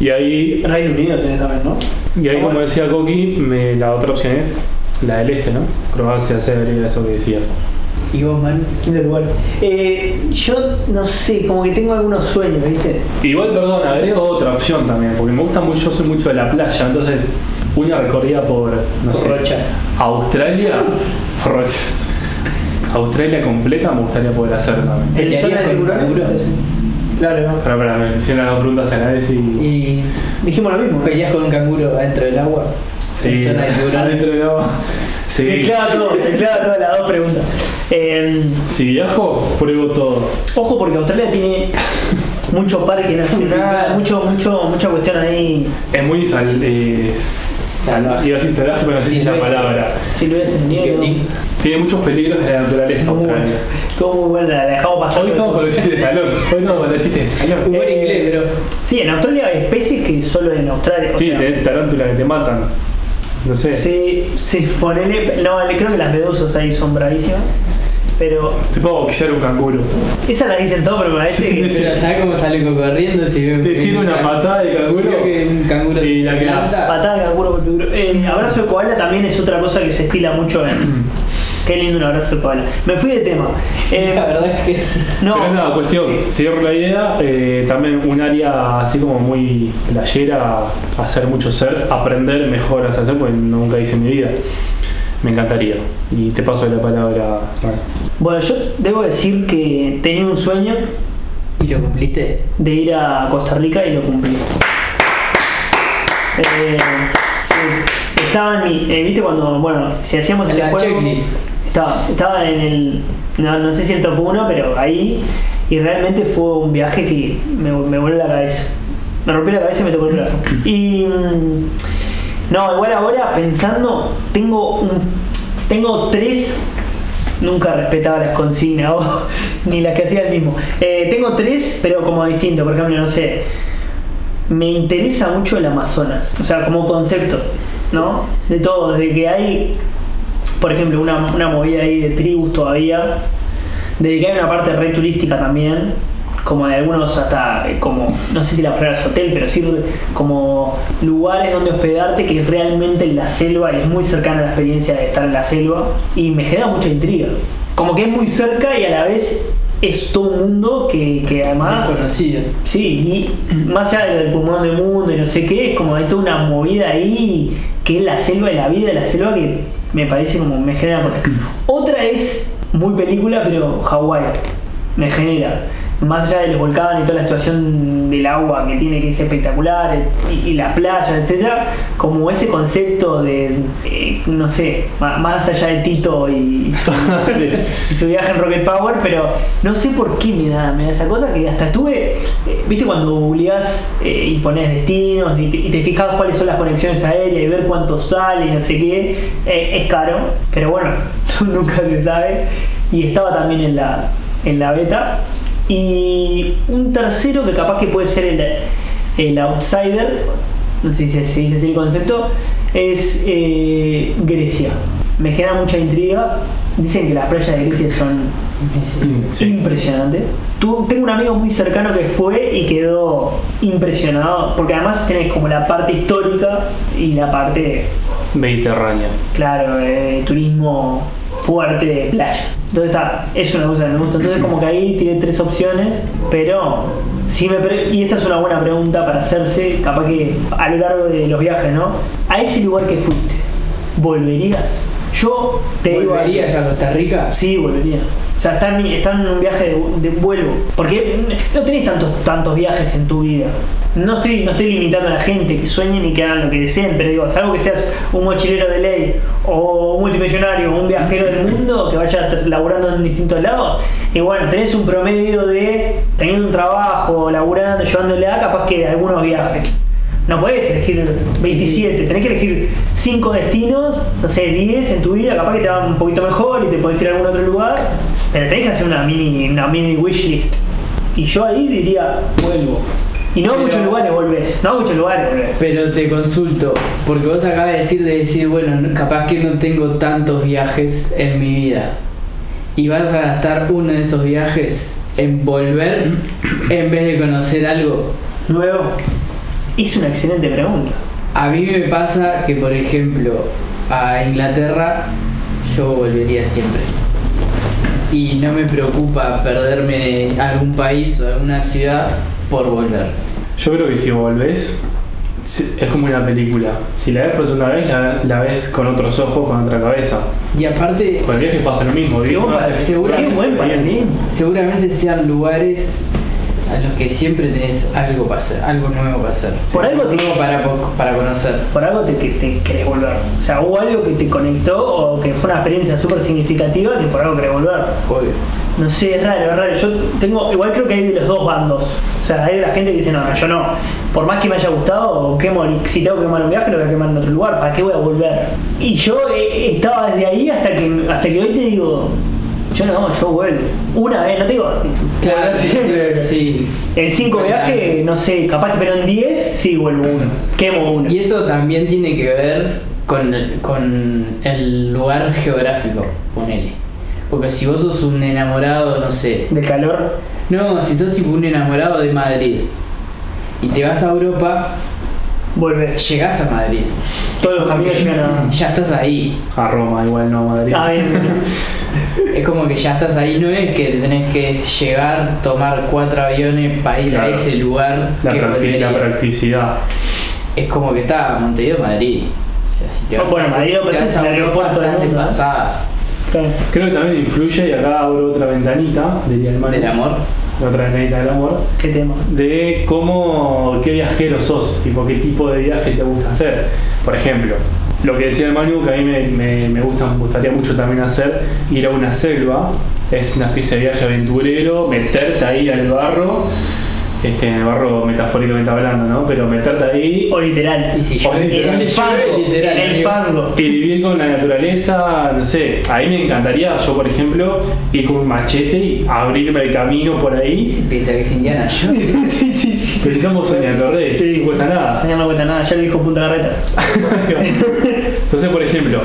Y ahí,
Reino Unido tenés también, ¿no?
y ahí
Ah,
como
bueno.
decía Coqui, me- la otra opción es la del este, ¿no? Croacia, Serbia, eso que decías.
Y vos, Manu,
Quinto lugar. Eh, yo no sé, como que tengo algunos sueños, ¿viste?
Igual, perdón, agrego otra opción también, porque me gusta mucho, yo soy mucho de la playa, entonces una recorrida por, no sé,
Rocha.
Australia, Rocha. Australia completa me gustaría poder hacer también.
¿Te
¿El
liarías
zona de
con
tiburones?
tiburones?
Claro, no.
Para, para, me hicieron las dos preguntas a la vez y.
Y
Dijimos lo mismo. ¿eh?
peleas con un canguro adentro del agua. en zona de tiburones.
adentro del agua. Sí.
Mezclaba todo, mezclaba todas las dos preguntas. Eh,
Si viajo, pruebo todo.
ojo porque Australia tiene mucho parque nacional, mucho, mucho, mucha cuestión ahí
Es muy sal, eh,
Salvaje.
iba a decir salvaje, pero no sé si es la
Silvestre.
palabra.
silvestre, nieve.
Y-
Tiene muchos peligros de la naturaleza
Muy
Australia.
bueno. Todo muy bueno, la dejamos pasar.
Hoy estamos con los chistes de salón. Hoy estamos con los chistes de salón.
Humor inglés, bro.
Sí, en Australia hay especies que solo en Australia. o
Sí,
sea,
tenés tarántulas que te matan. No sé.
Sí, sí, ponele. No, le- creo que las medusas ahí son bravísimas. Pero
Te puedo boxear un canguro.
esas las dicen todo, pero me parece
Sí,
que.
sí,
Pero ¿sabes cómo sale corriendo? Si ve
Te
un-
tira una
un-
patada de canguro
Creo que un canguro
y
se
la quemás.
planta.
Patada de canguro golpe duro. El abrazo de koala también es otra cosa que se estila mucho en. Qué lindo un abrazo de koala. Me fui de tema. Eh,
La verdad es que sí.
no,
Pero nada, cuestión,
sí.
cierro la idea, eh, también un área así como muy playera, hacer mucho surf, aprender mejor a hacer surf, porque nunca hice en mi vida. Me encantaría. Y te paso la palabra.
Bueno, yo debo decir que tenía un sueño
¿Y lo cumpliste?
de ir a Costa Rica y lo cumplí. Eh, sí, estaba en mi. eh, ¿Viste cuando.? Bueno, si hacíamos
En
este
la
juego.
checklist.
Estaba, estaba en el. No, no sé si el top 1, pero ahí. Y realmente fue un viaje que me, me voló la cabeza. Me rompió la cabeza y me tocó el brazo. Y. mm, No, igual ahora pensando, tengo un. Tengo tres. Nunca respetaba las consignas, o- ni las que hacía el mismo. Eh, tengo tres, pero como distinto. Por ejemplo, no sé. Me interesa mucho el Amazonas. O sea, como concepto, ¿no? De todo, desde que hay por ejemplo, una, una movida ahí de tribus todavía, dedicada a una parte re turística también, como de algunos hasta, eh, como, no sé si la palabra es hotel, pero sí re- como lugares donde hospedarte que realmente en la selva, y es muy cercana a la experiencia de estar en la selva, y me genera mucha intriga. Como que es muy cerca y a la vez es todo un mundo que, que
Ah.
además...
Desconocido.
Sí, y más allá del pulmón del mundo y no sé qué, es como hay toda una movida ahí que es la selva de la vida, la selva que me parece como me genera cosas. Otra es muy película, pero Hawái me genera. Más allá de los volcanes y toda la situación del agua que tiene que es espectacular y, y las playas, etcétera, como ese concepto de, eh, no sé, ma- más allá de Tito y
Sí.
y su viaje en Rocket Power, pero no sé por qué me da, me da esa cosa que hasta estuve, eh, viste cuando googleás eh, y pones destinos y te, y te fijas cuáles son las conexiones aéreas y ver cuánto sale y no sé qué, eh, es caro, pero bueno, nunca se sabe. Y estaba también en la, en la beta. Y un tercero que capaz que puede ser el, el outsider, no sé si se si dice así el concepto, es eh, Grecia. Me genera mucha intriga. Dicen que las playas de Grecia son
Sí.
impresionantes. Tu- tengo un amigo muy cercano que fue y quedó impresionado, porque además tenés como la parte histórica y la parte,
Mediterránea.
claro, de turismo fuerte de playa. Entonces está, es una cosa que me gusta. Entonces como que ahí tiene tres opciones, pero si me pre- y esta es una buena pregunta para hacerse, capaz que a lo largo de los viajes, ¿no? A ese lugar que fuiste, ¿volverías? Yo te digo...
¿Volverías a Costa Rica?
Sí, volvería. O sea, está en, mi- está en un viaje de, de vuelvo. Porque no tenés tantos, tantos viajes en tu vida. No estoy, no estoy limitando a la gente que sueñen y que hagan lo que deseen, pero digo, salvo que seas un mochilero de ley, o un multimillonario, o un viajero del mundo que vaya tr- laburando en distintos lados, y bueno, tenés un promedio de teniendo un trabajo, laburando, llevándole a capaz que algunos viajes. No podés elegir 27, tenés que elegir 5 destinos, no sé, 10 en tu vida, capaz que te va un poquito mejor y te podés ir a algún otro lugar, pero tenés que hacer una mini, una mini wish list. Y yo ahí diría, vuelvo. Y no a
Pero-
muchos lugares volvés, no a muchos lugares volvés.
Pero te consulto, porque vos acabas de decir de decir, bueno, no- capaz que no tengo tantos viajes en mi vida. Y vas a gastar uno de esos viajes en volver en vez de conocer algo.
Luego, es una excelente pregunta.
A mí me pasa que, por ejemplo, a Inglaterra yo volvería siempre. Y no me preocupa perderme algún país o alguna ciudad por volver.
Yo creo que si volvés, si- es como una película. Si la ves por segunda vez, la, la ves con otros ojos, con otra cabeza.
Y aparte,
Con el viaje pasa lo mismo. digo,
Qué
no
buen
haces-
pa-
seguro
no
qué
haces
buen
experiencia.
país.
seguramente sean lugares a los que siempre tenés algo para hacer, algo nuevo para hacer.
Por algo te-
nuevo para, po- para conocer.
Por algo te, que te querés volver. O sea, hubo algo que te conectó o que fue una experiencia súper significativa que por algo querés volver.
Obvio.
No sé, es raro, es raro. Yo tengo, igual creo que hay de los dos bandos. O sea, hay de la gente que dice, no, no, yo no. Por más que me haya gustado, quemo el- si tengo que quemar un viaje, lo voy a quemar en otro lugar. ¿Para qué voy a volver? Y yo eh, estaba desde ahí hasta que, hasta que hoy te digo, yo no, yo vuelvo. Una vez, no te digo, volver siempre.
sí.
En cinco viajes, no sé, capaz que pero en 10, sí vuelvo uno. Quemo uno.
Y eso también tiene que ver con el, con el lugar geográfico, ponele. Porque si vos sos un enamorado, no sé.
De calor.
No, si sos tipo un enamorado de Madrid y te vas a Europa,
Volvés.
llegás a Madrid.
Todos los caminos llegan a.
Ya estás ahí.
A Roma, igual no a Madrid.
Ah, bien.
Es como que ya estás ahí, no es que tenés que llegar, tomar cuatro aviones para ir
Claro.
a ese lugar
la,
que
practi- la
volverías.
practicidad.
Es como que está Montevideo Madrid. Ya si te
Ah,
vas
bueno,
a-
Madrid lo
te
pensás
vas
en
a
el
Europa,
aeropuerto del
estás de
mundo, ¿no?
pasada
Claro.
Creo que también influye, y acá abro otra ventanita, diría el Manu,
del amor.
la otra ventanita del amor,
Qué tema.
de cómo, qué viajero sos, tipo, qué tipo de viaje te gusta hacer. Por ejemplo, lo que decía el Manu, que a mí me, me- me gusta, me gustaría mucho también hacer, ir a una selva, es una especie de viaje aventurero, meterte ahí al barro, este, en el barro metafóricamente hablando, ¿no? Pero meterte ahí
O literal.
Y si yo,
O literal.
si
En el
yo-
fango.
literal,
en el
amigo.
fango.
Y vivir con la naturaleza, no sé, a mí me encantaría, yo por ejemplo, ir con un machete y abrirme el camino por ahí.
Si piensa que es Indiana Jones.
sí, sí, sí.
Pero estamos soñando, re,
Sí.
no cuesta nada.
Ya no me cuesta nada, ya le dijo punta carretas.
Entonces, por ejemplo,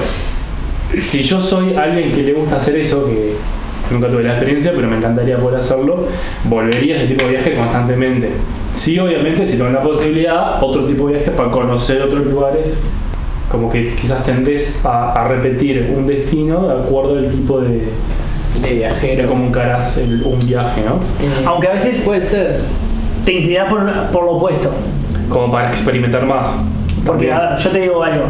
si yo soy alguien que le gusta hacer eso, que nunca tuve la experiencia, pero me encantaría poder hacerlo, volvería a ese tipo de viaje constantemente. Sí, obviamente, si tengo la posibilidad, otro tipo de viajes para conocer otros lugares, como que quizás tendés a, a repetir un destino de acuerdo al tipo de,
De
de
viajero.
cómo encarás el- un viaje, ¿no?
Eh,
Aunque a veces
Puede ser.
te inclinás por, por lo opuesto.
Como para experimentar más.
Porque,
También.
a ver, yo te digo algo.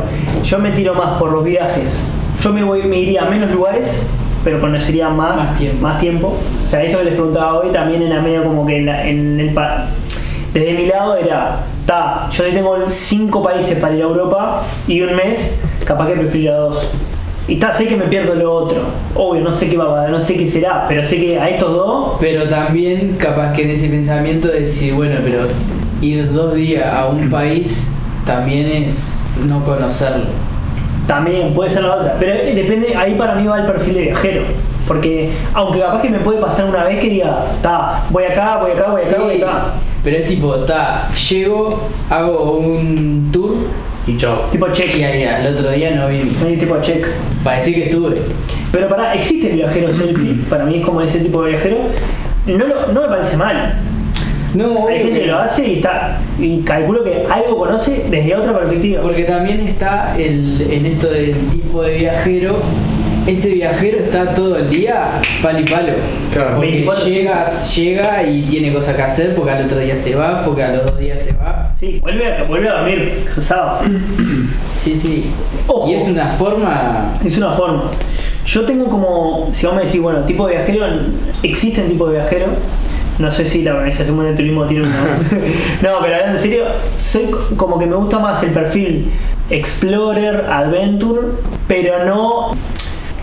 Yo me tiro más por los viajes. Yo me, voy, me iría a menos lugares, pero conocería más,
Más tiempo.
tiempo. O sea, eso que les preguntaba hoy también era medio como que en, la- en el. pa- Desde mi lado era. Ta, yo tengo cinco países para ir a Europa y un mes, capaz que prefiero ir a dos. Y ta, sé que me pierdo lo otro. Obvio, no sé qué va a pasar, no sé qué será, pero sé que a estos dos
Pero también capaz que en ese pensamiento de decir, bueno, pero ir dos días a un país también es no conocerlo.
También puede ser la otra, pero eh, depende, ahí para mí va el perfil de viajero. Porque, aunque capaz que me puede pasar una vez que diga, ta, voy acá, voy acá, voy acá, voy
Sí,
acá.
pero es tipo, ta, llego, hago un tour
Y chao.
Tipo
y
check.
ahí al otro día no vi.
Ahí tipo check.
Para decir que estuve.
Pero para, existe el viajero selfie, para mí es como ese tipo de viajero. No, lo- no me parece mal.
No,
Hay gente que lo hace y está. Y calculo que algo conoce desde otra perspectiva.
Porque también está el, en esto del tipo de viajero. Ese viajero está todo el día palo y palo.
Claro.
porque
24.
llega, llega y tiene cosas que hacer, porque al otro día se va, porque a los dos días se va.
Sí, vuelve a, vuelve a dormir, cansado.
Sí, sí.
Ojo.
Y es una forma.
Es una forma. Yo tengo como, si vos me decís, bueno, tipo de viajero, existen tipos de viajero. No sé si la Organización Mundial de Turismo tiene uno. no, pero hablando en serio, soy co- como que me gusta más el perfil Explorer, Adventure, pero no,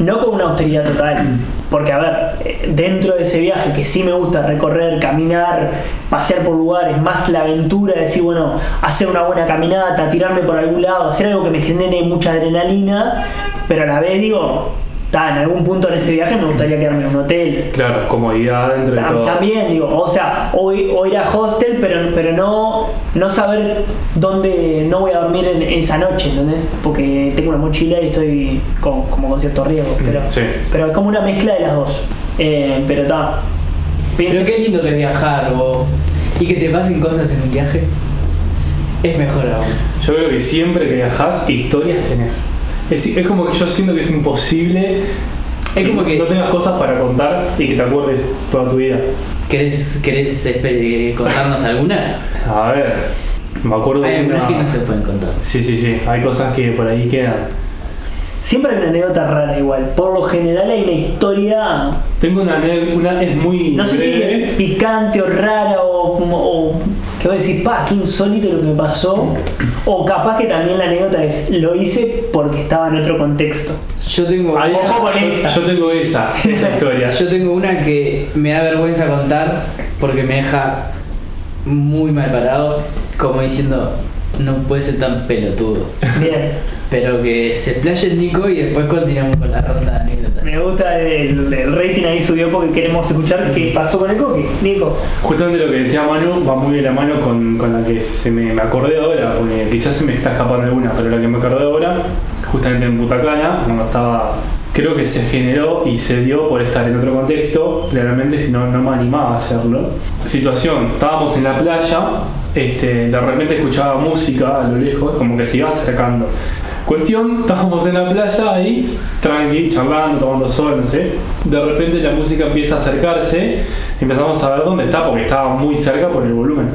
no con una austeridad total. Porque, a ver, eh, dentro de ese viaje que sí me gusta recorrer, caminar, pasear por lugares, más la aventura, de decir, bueno, hacer una buena caminata, tirarme por algún lado, hacer algo que me genere mucha adrenalina, pero a la vez digo, "Ta, en algún punto en ese viaje me gustaría quedarme en un hotel.
Claro, comodidad entre
Tam-
todo.
También digo, o sea, o, i- o ir a hostel, pero, pero no, no saber dónde no voy a dormir en, esa noche, ¿entendés? Porque tengo una mochila y estoy con- como con cierto riesgo. Pero,
Mm, sí.
pero es como una mezcla de las dos. Eh, pero está.
Pero qué lindo que es viajar, vos. Y que te pasen cosas en un viaje. Es mejor aún.
Yo creo que siempre que viajás, historias tenés. Es, es como que yo siento que es imposible
Es como que
no tengas cosas para contar y que te acuerdes toda tu vida.
querés, querés espe- contarnos alguna.
A ver, me acuerdo
Hay
de
algunas
una...
que no se pueden contar.
Sí, sí, sí, hay cosas que por ahí quedan.
Siempre hay una anécdota rara igual. Por lo general hay una historia.
Tengo una, ane- una es muy
No sé si
breve.
es picante o rara o, o- que vos decís, pa, qué insólito lo que me pasó. O capaz que también la anécdota es, lo hice porque estaba en otro contexto.
Yo tengo,
Ahí-
Ojo con
yo-
esa.
Yo tengo esa, esa historia.
yo tengo una que me da vergüenza contar porque me deja muy mal parado, como diciendo, no puede ser tan pelotudo.
Bien,
Pero que se explaye el Nico y después continuamos con la ronda de anécdotas.
me gusta el, el rating ahí subió porque queremos escuchar qué pasó con el coque. Nico,
Justamente lo que decía Manu va muy de la mano con, con la que se me, me acordé ahora, porque quizás se me está escapando alguna, pero la que me acordé ahora, justamente en Putacana, cuando estaba. Creo que se generó y se dio por estar en otro contexto, claramente si no, no me animaba a hacerlo. Situación, estábamos en la playa, este, de repente escuchaba música a lo lejos, como que se iba acercando. Cuestión, estábamos en la playa ahí, tranqui, charlando, tomando sol, no sé. De repente la música empieza a acercarse, empezamos a ver dónde está porque estaba muy cerca por el volumen.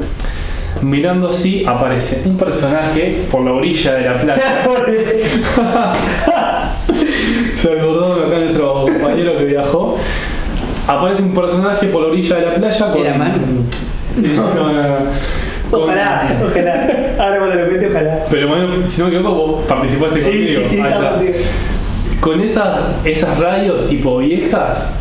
Mirando así aparece un personaje por la orilla de la playa. Se acordó acá nuestro compañero que viajó. Aparece un personaje por la orilla de la playa con...
¿Era Manu?
No, no, no, no. Con-
ojalá, ojalá. Ahora cuando lo cuente, ojalá.
Pero Manu, si no me equivoco, vos participaste
Sí,
conmigo.
sí, sí,
Ahí
está
está.
contigo.
Con esas, esas radios tipo viejas,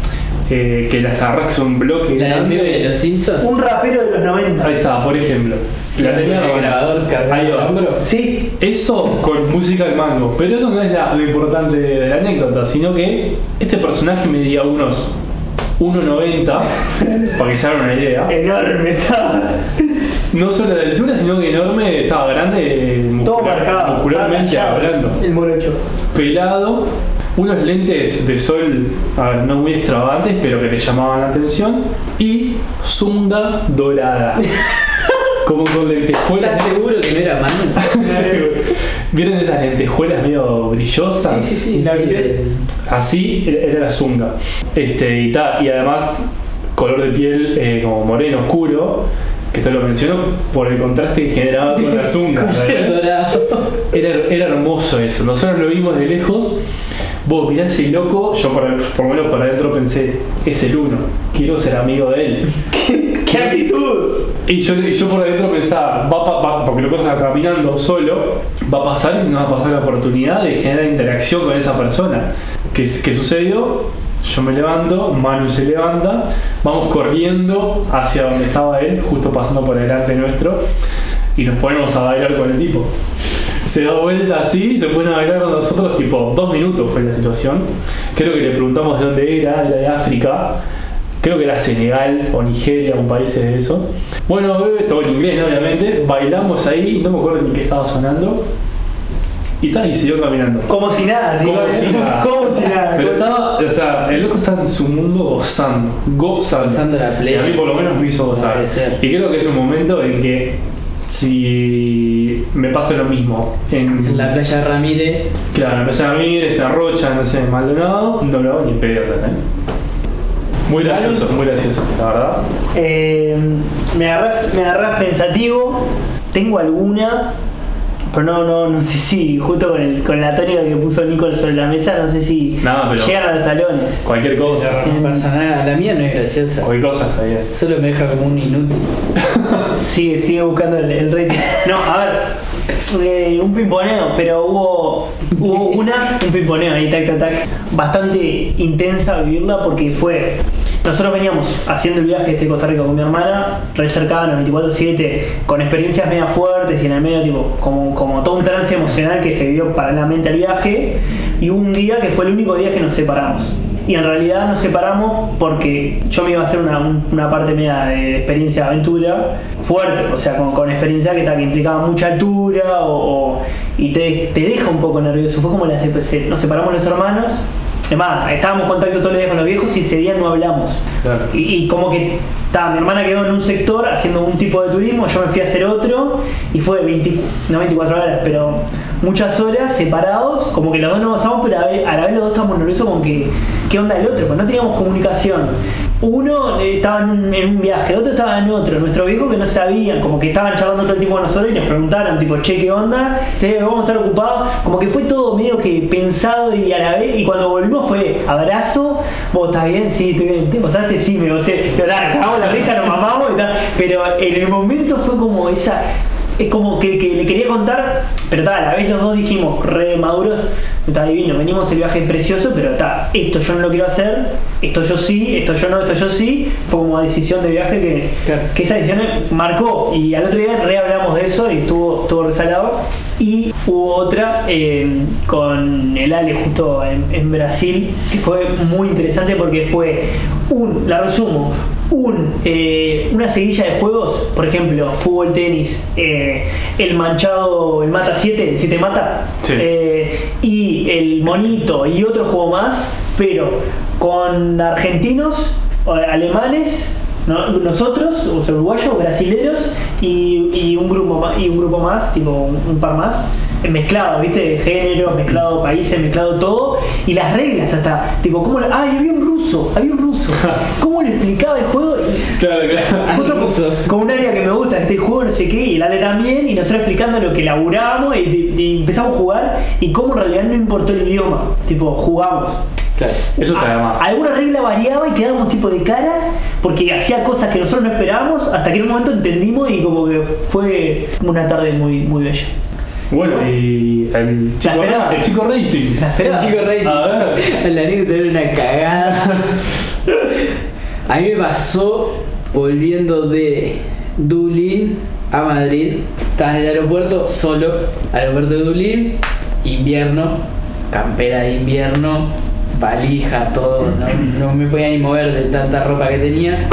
eh, que las arrancas un bloque
La del meme de los Simpsons.
Un rapero de los 90.
Ahí está, por ejemplo. La tenía
el
grabada.
grabador cargado
Ahí
al
va.
hombro.
Sí,
Eso con música al mango. Pero eso no es la- lo importante de la anécdota, sino que este personaje medía unos 1.90, para que se hagan una idea.
enorme estaba.
No solo de altura, sino que enorme, estaba grande, eh,
Todo
muscular-
marcado.
muscularmente
estaba marcado.
hablando.
El morocho.
pelado, unos lentes de sol, a ver, no muy extravagantes, pero que te llamaban la atención, y zunga dorada. Como con lentejuelas.
¿Estás seguro que no era Manu?
¿Vieron esas lentejuelas medio brillosas? Así era- era la zunga. Este, y, ta, y además, color de piel eh, como moreno oscuro, que esto lo menciono por el contraste que generaba con la zunga. ¿verdad?
Dorado.
Era, era hermoso eso. Nosotros lo vimos de lejos. Vos mirás ese loco, yo por, por lo menos para adentro pensé, es el uno, quiero ser amigo de él.
¡Qué actitud!
Y yo, y yo por adentro pensaba, va, pa- va- porque lo cosa caminando solo, va a pasar y se nos va a pasar la oportunidad de generar interacción con esa persona. ¿Qué, s- qué sucedió? Yo me levanto, Manu se levanta, vamos corriendo hacia donde estaba él, justo pasando por delante nuestro, y nos ponemos a bailar con el tipo. Se da vuelta así, y se pone a bailar con nosotros, tipo, dos minutos fue la situación. Creo que le preguntamos de dónde era, era de África. Creo que era Senegal o Nigeria, un país de eso. Bueno, bebé, todo en inglés, ¿no? obviamente. Bailamos ahí, no me acuerdo ni qué estaba sonando. Y tal, y siguió caminando.
Como si nada,
Como
chicos.
si nada.
Como si nada.
Pero estaba, o sea, el loco está en su mundo gozando. Gozando.
Gozando la play.
Y a mí por lo menos me hizo gozar.
Puede ser.
Y creo que es un momento en que si me pasa lo mismo en
En la playa Ramírez.
Claro, empezar a mí, desarrocha, no sé, Maldonado, no lo hago ni pedo, ¿eh? Muy gracioso, muy gracioso, la verdad.
Eh, me agarrás, me agarrás pensativo. Tengo alguna. Pero no, no, no sé si, justo con, el- con la tónica que puso Nico sobre la mesa, no sé si
Nada, pero-
llegan a los talones.
Cualquier cosa,
No pasa nada. La mía no es graciosa.
cualquier cosa está bien.
Solo me deja como un inútil.
Sigue, sigue buscando el, el rating. No, a ver, eh, un pimponeo, pero hubo, hubo una, un pimponeo ahí, tac, tac, tac, bastante intensa vivirla porque fue. Nosotros veníamos haciendo el viaje este de Costa Rica con mi hermana, re cercana, 24-7, con experiencias media fuertes y en el medio, tipo, como, como todo un trance emocional que se vivió paralelamente al viaje. Y un día que fue el único día que nos separamos. Y en realidad nos separamos porque yo me iba a hacer una, un- una parte media de experiencia de aventura fuerte, o sea, con, con experiencia que, ta- que implicaba mucha altura o, o- y te, te deja un poco nervioso. Fue como la CPC, nos separamos los hermanos, además, estábamos en contacto todos los días con los viejos y ese día no hablamos.
Claro.
Y, y como que ta, mi hermana quedó en un sector haciendo un tipo de turismo, yo me fui a hacer otro y fue 20, no 24 horas, pero muchas horas separados, como que los dos nos basamos, pero a, ve- a la vez los dos estamos nerviosos con que, qué onda el otro, pues no teníamos comunicación. Uno eh, estaba en un, en un viaje, otro estaba en otro, nuestros viejos que no sabían, como que estaban charlando todo el tiempo con nosotros y nos preguntaron, tipo, che, ¿qué onda? Le digo, vamos a estar ocupados, como que fue todo medio que pensado y a la vez, y cuando volvimos fue abrazo, vos estás bien, sí, estoy bien, te pasaste, sí, me pasé, pero nada, cagamos la risa, nos mamamos y tal, pero en el momento fue como esa, es como que, que le quería contar, pero tal, a la vez los dos dijimos, re maduros, está divino, venimos el viaje es precioso, pero está, esto yo no lo quiero hacer, esto yo sí, esto yo no, esto yo sí, fue como decisión de viaje que,
Claro.
que esa decisión marcó y al otro día re hablamos de eso y estuvo, estuvo resalado. Y hubo otra eh, con el Ale justo en, en Brasil, que fue muy interesante porque fue un, la resumo, un, eh, una seguilla de juegos, por ejemplo, fútbol, tenis, eh, el manchado, el mata 7, si te mata,
Sí.
eh, y el monito y otro juego más, pero con argentinos, o alemanes, no- nosotros, o sea, uruguayos, brasileros y, y un grupo más, y un grupo más, tipo un, un par más, eh, mezclado, ¿viste? De género, mezclado países, mezclado todo, y las reglas hasta, tipo, ¿cómo lo- ¡Ay, había un ruso! Había un ruso. ¿Cómo le explicaba el juego?
Claro, claro.
Justo
Ay,
con-
ruso.
con un área que me gusta, este juego, no sé qué, y el Ale también, y nosotros explicando lo que laburábamos y, y empezamos a jugar, y cómo en realidad no importó el idioma, tipo, jugamos.
Claro.
Eso está de
A-
más.
Alguna regla variaba y quedábamos tipo de cara porque hacía cosas que nosotros no esperábamos hasta que en un momento entendimos y como que fue una tarde muy, muy bella.
Bueno, y el chico,
esperaba.
el chico rating.
La esperaba.
El chico rey.
A ver.
La anécdota era una cagada. A mí me pasó volviendo de Dublín a Madrid. Estaba en el aeropuerto solo, aeropuerto de Dublín, invierno, campera de invierno, valija, todo. No, no me podía ni mover de tanta ropa que tenía.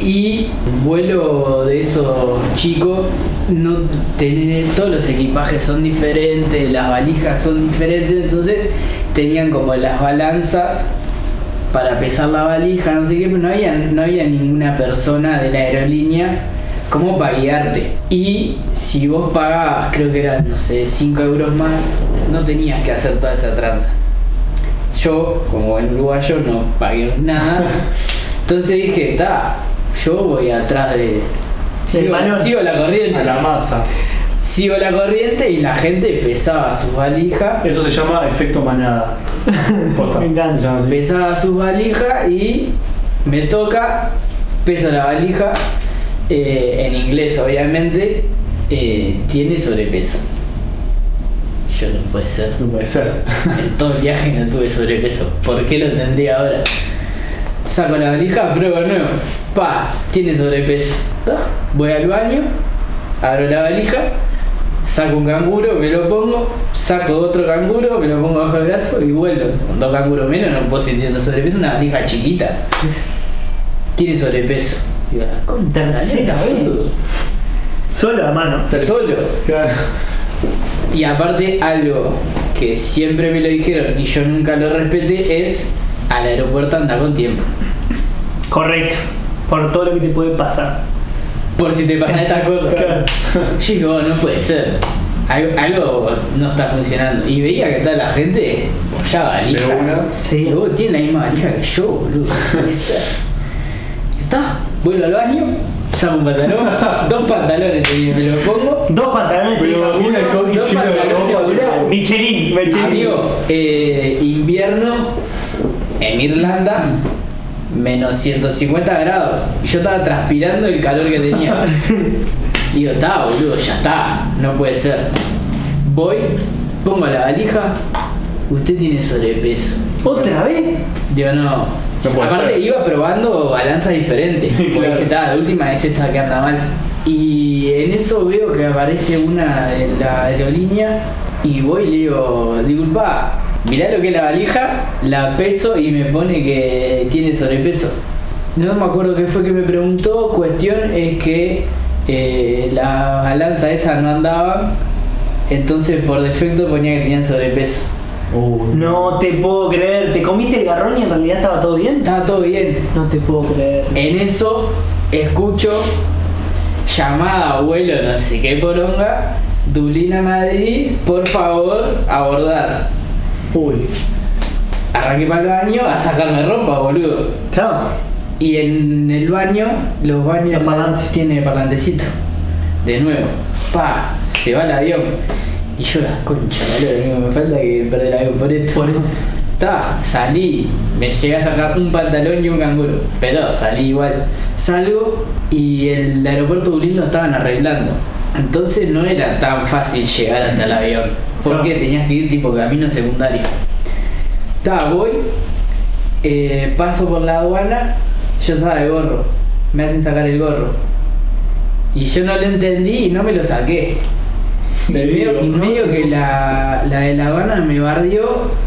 Y un vuelo de esos chicos, no tener, todos los equipajes son diferentes, las valijas son diferentes, entonces tenían como las balanzas para pesar la valija, no sé qué, pero no había, no había ninguna persona de la aerolínea como para guiarte. Y si vos pagabas, creo que eran, no sé, 5 euros más, no tenías que hacer toda esa tranza. Yo, como buen uruguayo, no pagué nada. Entonces dije, ta, yo voy atrás de...
Del
Sigo,
balón.
sigo la
A
corriente.
la masa.
Sigo la corriente y la gente pesaba sus valijas.
Eso se llama efecto manada. Posta.
Me encanta.
Se llama así.
pesaba sus valijas y me toca, peso la valija, eh, en inglés obviamente, eh, tiene sobrepeso. Yo no puede ser.
No puede ser.
En todo el viaje no tuve sobrepeso. ¿Por qué lo tendría ahora? Saco la valija, pruebo de nuevo. Pa, tiene sobrepeso. Ah, Voy al baño, abro la valija, saco un canguro, me lo pongo, saco otro canguro, me lo pongo bajo el brazo y vuelvo. Con dos canguros menos no puedo seguir teniendo sobrepeso, una valija chiquita. Tiene sobrepeso. Y yo, "Ah, con
Tercera vez.
boludo".
Solo a mano.
Solo.
Claro.
Y aparte, algo que siempre me lo dijeron y yo nunca lo respeté es al aeropuerto anda con tiempo.
Correcto. Por todo lo que te puede pasar.
Por si te pasan estas cosas.
Claro.
Chico, no puede ser. Al- Algo, no está funcionando. Y veía que toda la gente pues, ya valija.
De una.
Sí.
Y vos tiene la misma valija que yo, boludo. No puede ser. Y Está, vuelvo al baño, saco un pantalón, dos pantalones tenía, me lo pongo.
Dos pantalones
Pero
de
una
canguro.
coqui
dos
llena de
pantalones
ropa,
de
boludo.
Michelin,
Sí,
Michelin.
Amigo, eh, invierno en Irlanda, menos 150 grados. Y Yo estaba transpirando el calor que tenía. Digo, está, boludo, ya está, no puede ser. Voy, pongo la valija, usted tiene sobrepeso.
¿Otra vez?
Digo, no.
No puede
Aparte,
ser.
iba probando balanzas diferentes. Porque
Claro.
dije, "Ta, la última es esta que anda mal. Y en eso veo que aparece una de la aerolínea y voy y le digo, disculpa, mirá lo que es la valija, la peso y me pone que tiene sobrepeso. No me acuerdo qué fue que me preguntó, cuestión es que eh, la balanza esa no andaba, entonces por defecto ponía que tenía sobrepeso.
Uh,
No te puedo creer. ¿Te comiste el garrón y en realidad estaba todo bien?
Estaba todo bien,
No te puedo creer.
En eso escucho llamada abuelo no sé qué poronga Dublín a Madrid, por favor, abordar.
Uy.
Arranqué para el baño a sacarme ropa, boludo.
Claro.
Y en el baño, los baños
Los parlantes.
tiene parlantecito. De nuevo, pa, se va el avión. Y yo la concha, boludo, digo, me falta que perder el avión por esto.
Por eso.
Ta, salí, me llegué a sacar un pantalón y un canguro, pero salí igual. Salgo y el aeropuerto de Dublín lo estaban arreglando. Entonces no era tan fácil llegar hasta el avión, porque
Claro.
tenías que ir tipo camino secundario. Ta, voy, eh, paso por la aduana, yo estaba de gorro, me hacen sacar el gorro. Y yo no lo entendí y no me lo saqué. Y
Te
medio,
digo,
y medio que la, la de La Habana me bardió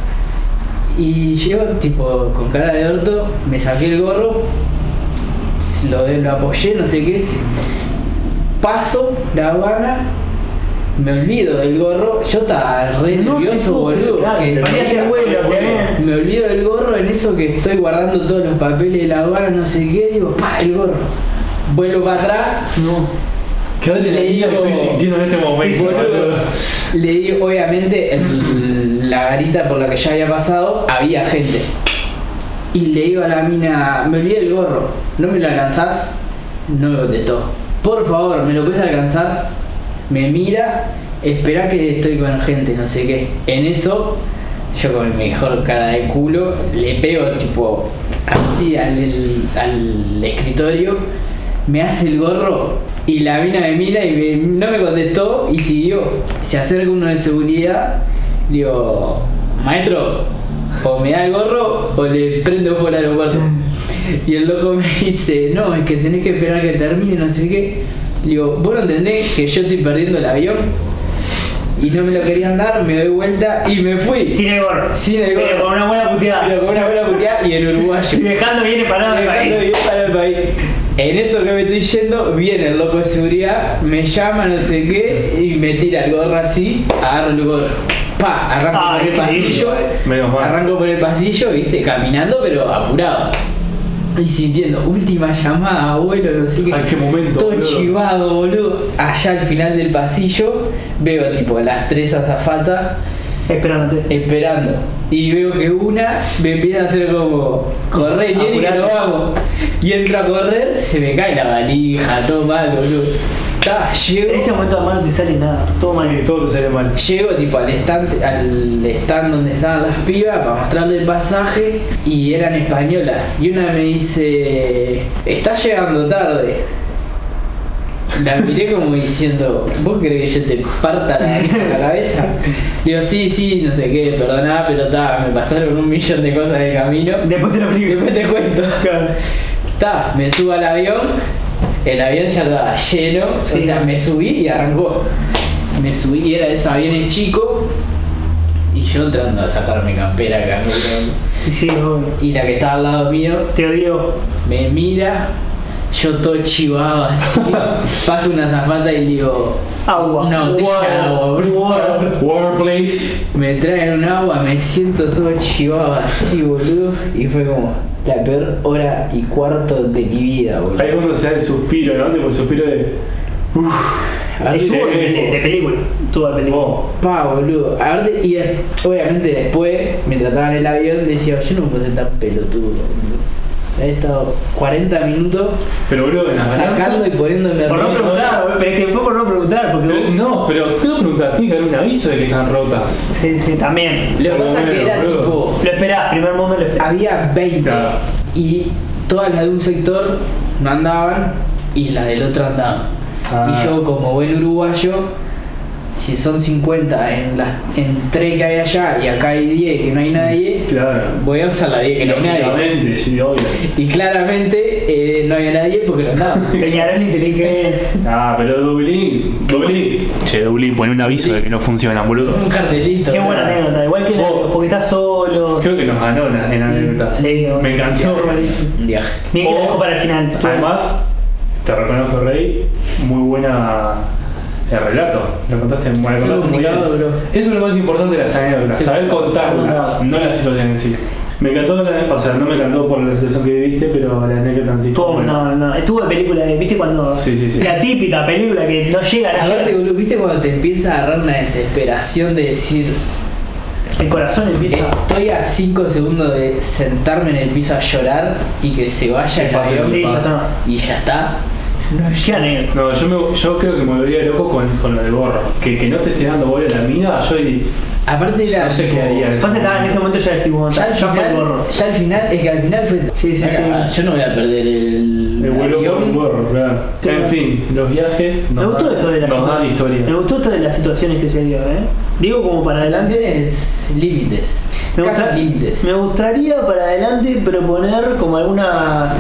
y yo, tipo, con cara de orto, me saqué el gorro, lo, de- lo apoyé, no sé qué es. Paso La Habana, me olvido del gorro. Yo estaba re
No te
nervioso,
puedo creer,
boludo.
claro,
que
te parecía
parecía-
abuelo,
abuelo.
tenés.
me olvido del gorro en eso que estoy guardando todos los papeles de La Habana, no sé qué. Digo, pa, el gorro. Vuelvo para atrás,
No.
¿Qué de la
Le
vida
digo-
estoy sintiendo en este momento? boludo?
Le di, obviamente, el- la garita por la que ya había pasado, había gente. Y le digo a la mina, me olvidé el gorro, ¿no me lo alcanzás? No me contestó. Por favor, ¿me lo puedes alcanzar? Me mira, espera que estoy con gente, no sé qué. En eso, yo con mi mejor cara de culo, le pego tipo así al, al escritorio, me hace el gorro y la mina me mira y me- no me contestó y siguió. Se acerca uno de seguridad, le digo, maestro, o me da el gorro o le prendo fuera del aeropuerto. Y el loco me dice, no, es que tenés que esperar que termine, no sé qué. Le digo, ¿vos no entendés que yo estoy perdiendo el avión? Y no me lo querían dar, me doy vuelta y me fui.
Sin el gorro.
Sin el gorro.
Pero con una buena puteada.
Pero con una buena puteada y el uruguayo.
Y dejando viene parado el
Dejando
país.
bien para el país. En eso que me estoy yendo, viene el loco de seguridad, me llama no sé qué y me tira el gorro así, agarro el gorro. Pa, arranco
Ah,
por el
qué
pasillo.
Menos mal.
Arranco por el pasillo, viste, caminando pero apurado. Y sintiendo, última llamada, abuelo, no sé qué.
Ay, Ah, qué momento,
Todo
boludo.
chivado, boludo. Allá al final del pasillo, veo tipo las tres azafatas
Esperándote.
Eh, esperando. Y veo que una me empieza a hacer como correr, y que
Apurate.
nos vamos. Y entro a correr, se me cae la valija, todo mal, boludo. Ta, llego,
En ese momento además no te sale nada. Todo
Sí,
mal.
todo te sale mal.
llego tipo al stand, al stand donde estaban las pibas para mostrarle el pasaje y eran españolas. Y una me dice, estás llegando tarde. La miré como diciendo, ¿vos querés que yo te parta la, nariz con la cabeza? Digo, sí, sí, no sé qué, perdoná, pero ta, me pasaron un millón de cosas en el camino.
Después te lo
Y
explico.
después te cuento. Ta, me subo al avión, el avión ya estaba lleno,
Sí.
o sea, me subí y arrancó. Me subí y era de esos aviones chico y yo entrando a sacar mi campera acá.
Y sí, obvio.
Y la que estaba al lado mío
Te odio.
me mira, yo todo chivado así, pasa una zafata y le digo,
Agua.
No, te llamo,
Water.
por
Water.
Water, please.
me traen un agua, me siento todo chivado así, boludo, y fue como la peor hora y cuarto de mi vida, boludo.
Ahí es cuando se da el suspiro, ¿no? Tipo el suspiro de.
Ahí
Es
Sí.
de, de- de película. Tú de película.
Oh,
Pa, boludo. A ver, y eh, obviamente después, mientras estaba en el avión, decía, yo no me puedo sentar pelotudo, boludo. He estado 40 minutos
Pero boludo, en las
sacando y
balanzas-
poniéndome
Por no
rojo.
preguntar, boludo, pero es que fue por no preguntar, porque
Pero-
vos-
No, pero te lo preguntar, tiene que haber un aviso de que están rotas.
Sí, sí, también.
Lo que
Por lo
pasa es que
menos,
era
boludo.
tipo,
Lo esperás, primer mundo lo esperás.
había 20
Claro.
y todas las de un sector no andaban y las del otro andaban.
Ah.
Y yo como buen uruguayo, si son 50 en las en 3 que hay allá y acá hay 10 que no hay nadie,
Claro.
voy a usar la 10 que no hay nadie.
Lógicamente, sí, obvio.
Y claramente eh, no había nadie porque no andaba.
Peñarol y tenés que.
Ah, pero Dublín. Dublín. Che, Dublín, pone un aviso de que no funcionan, boludo.
Un cartelito.
Qué
¿no?
buena anécdota, igual que la-
Vos-
porque estás solo.
Creo que nos ganó en en anécdota.
Sí,
Me encantó.
Un viaje.
Ni que la
O-
dejo para el final. Tú-
Además, te reconozco, Rey, muy buena el relato. Lo contaste muy, lo
Soy
contaste muy bien.
comunicador, bro.
Eso es lo más importante de las anécdotas,
Sí.
saber contarlas, no la situación en sí. Me encantó, la- o sea, no me encantó por la situación que viviste, pero la anécdota en sí.
Estuvo,
bueno.
no, no, estuvo de película, de- ¿viste cuando?
Sí, sí, sí.
La típica película que no llega a la
Aparte, boludo, viste cuando te empieza a agarrar una desesperación de decir,
El corazón
Eh,
empieza.
estoy a 5 segundos de sentarme en el piso a llorar y que se vaya el
pasa,
avión
sí, ya está.
y ya está.
No llega negro.
No, yo, me- yo creo que me volvería loco con, con lo del gorro. Que, que no te esté dando bola a la mina, yo di-
Aparte era
no sé
tipo,
qué haría.
Pasa que estaba en ese momento ya decimos,
Ya al,
ya, ya fue el
final,
gorro.
ya al final, es que al final fue.
Sí, sí,
Acá,
sí.
Yo no voy a perder el.
Me vuelvo
avión.
con un gorro, claro.
Sí.
En fin, los viajes
Me
nos,
gustó
dan,
esto de las
nos dan historias.
Me gustó esto de las situaciones que se dio, ¿eh? Digo como para
La
adelante.
canción es límites.
Me,
Casi
gusta-
límites.
me gustaría para adelante proponer como alguna.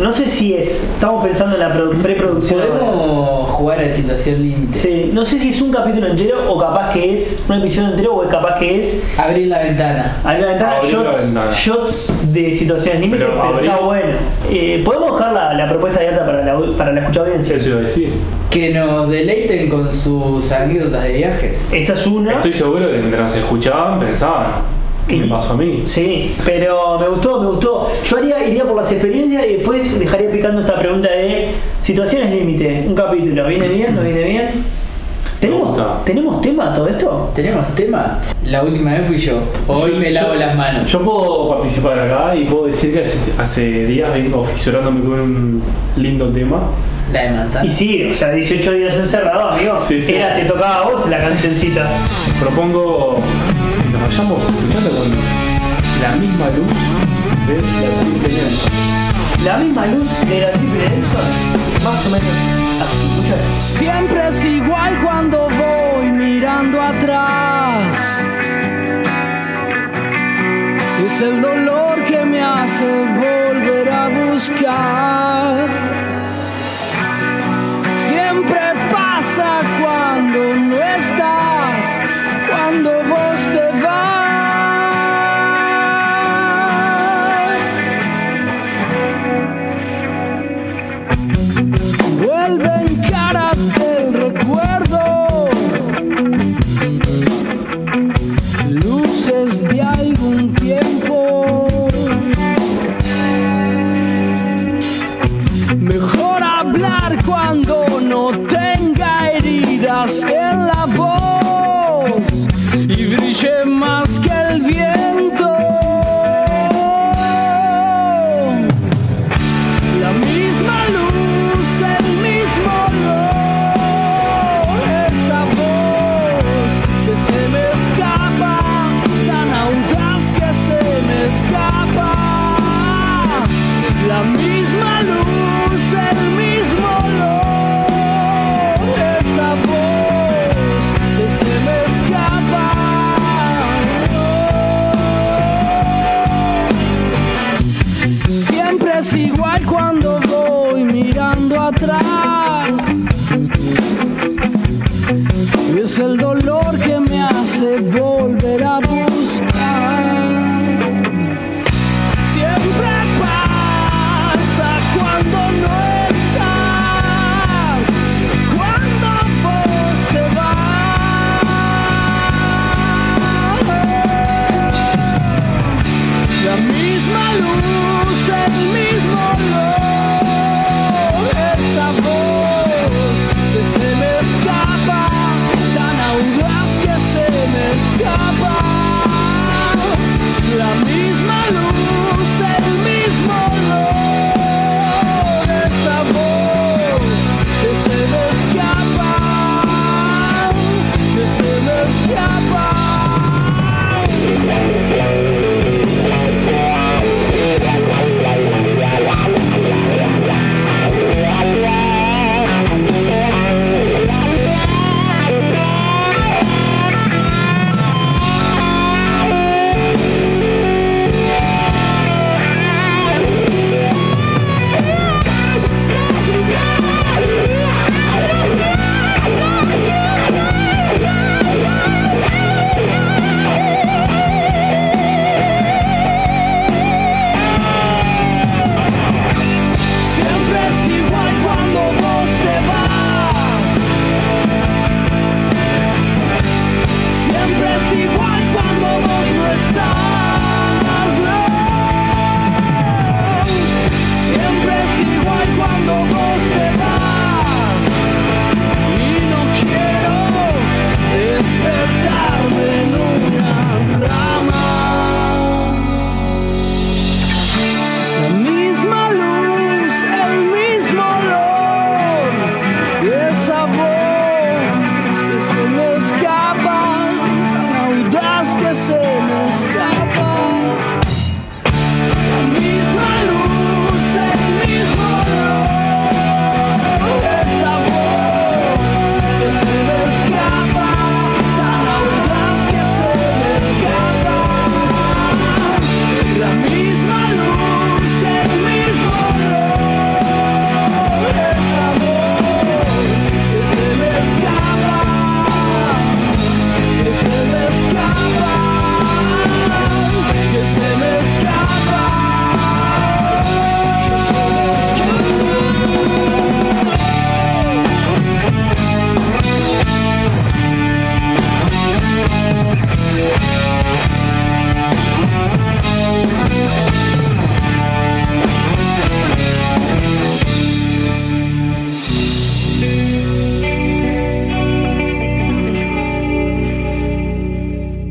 No sé si es. Estamos pensando en la pro- preproducción. ahora.
Podemos jugar a la situación límite.
Sí, no sé si es un capítulo entero o capaz que es un episodio entero o es capaz que es
Abrir la ventana.
abrir la ventana,
Abrir la
shots,
ventana.
shots de situaciones límites,
Pero
pero, está
abrir-
bueno. Eh, Podemos dejar la, la propuesta abierta para la, para la escucha audiencia.
Eso iba a decir.
Que nos deleiten con sus anécdotas de viajes.
Esa es una.
Estoy seguro que mientras escuchaban pensaban, ¿qué me
Y-
pasó a mí?
Sí, pero me gustó, me gustó. Yo haría, iría por las experiencias y después dejaría picando esta pregunta de situaciones límite, un capítulo. ¿Viene bien? ¿No viene bien?
gusta.
¿Tenemos, ¿tenemos tema todo esto?
¿Tenemos tema? La última vez fui yo. Hoy
Yo-
me lavo
yo-
las manos.
Yo puedo participar acá y puedo decir que hace, hace días vengo oficionándome con un lindo tema.
La de manzana.
Y sí, o sea, 18 días encerrado, amigo.
Sí, sí.
Era, te tocaba a vos la cancioncita.
Propongo que nos vayamos escuchando con la misma luz de la triple lente.
La misma luz de la triple Nelson, más o menos así, muchachos.
Siempre es igual cuando voy mirando atrás. Es el dolor que me hace volver a buscar. Siempre pasa cuando no estás, cuando vos te vas. vuelven caras del recuerdo, luces de algún tiempo. Mejor hablar cuando no tenga heridas en la voz y brille más que el viento. La misma luz, el mismo olor, esa voz que se me escapa, tan audaz que se me escapa. La misma luz, el mismo olor, esa voz que se me escapa. Siempre es igual cuando voy mirando atrás. Y es el dolor que me hace volver a buscar. Siempre pasa cuando no estás, cuando vos te vas. La misma luz, el mismo olor,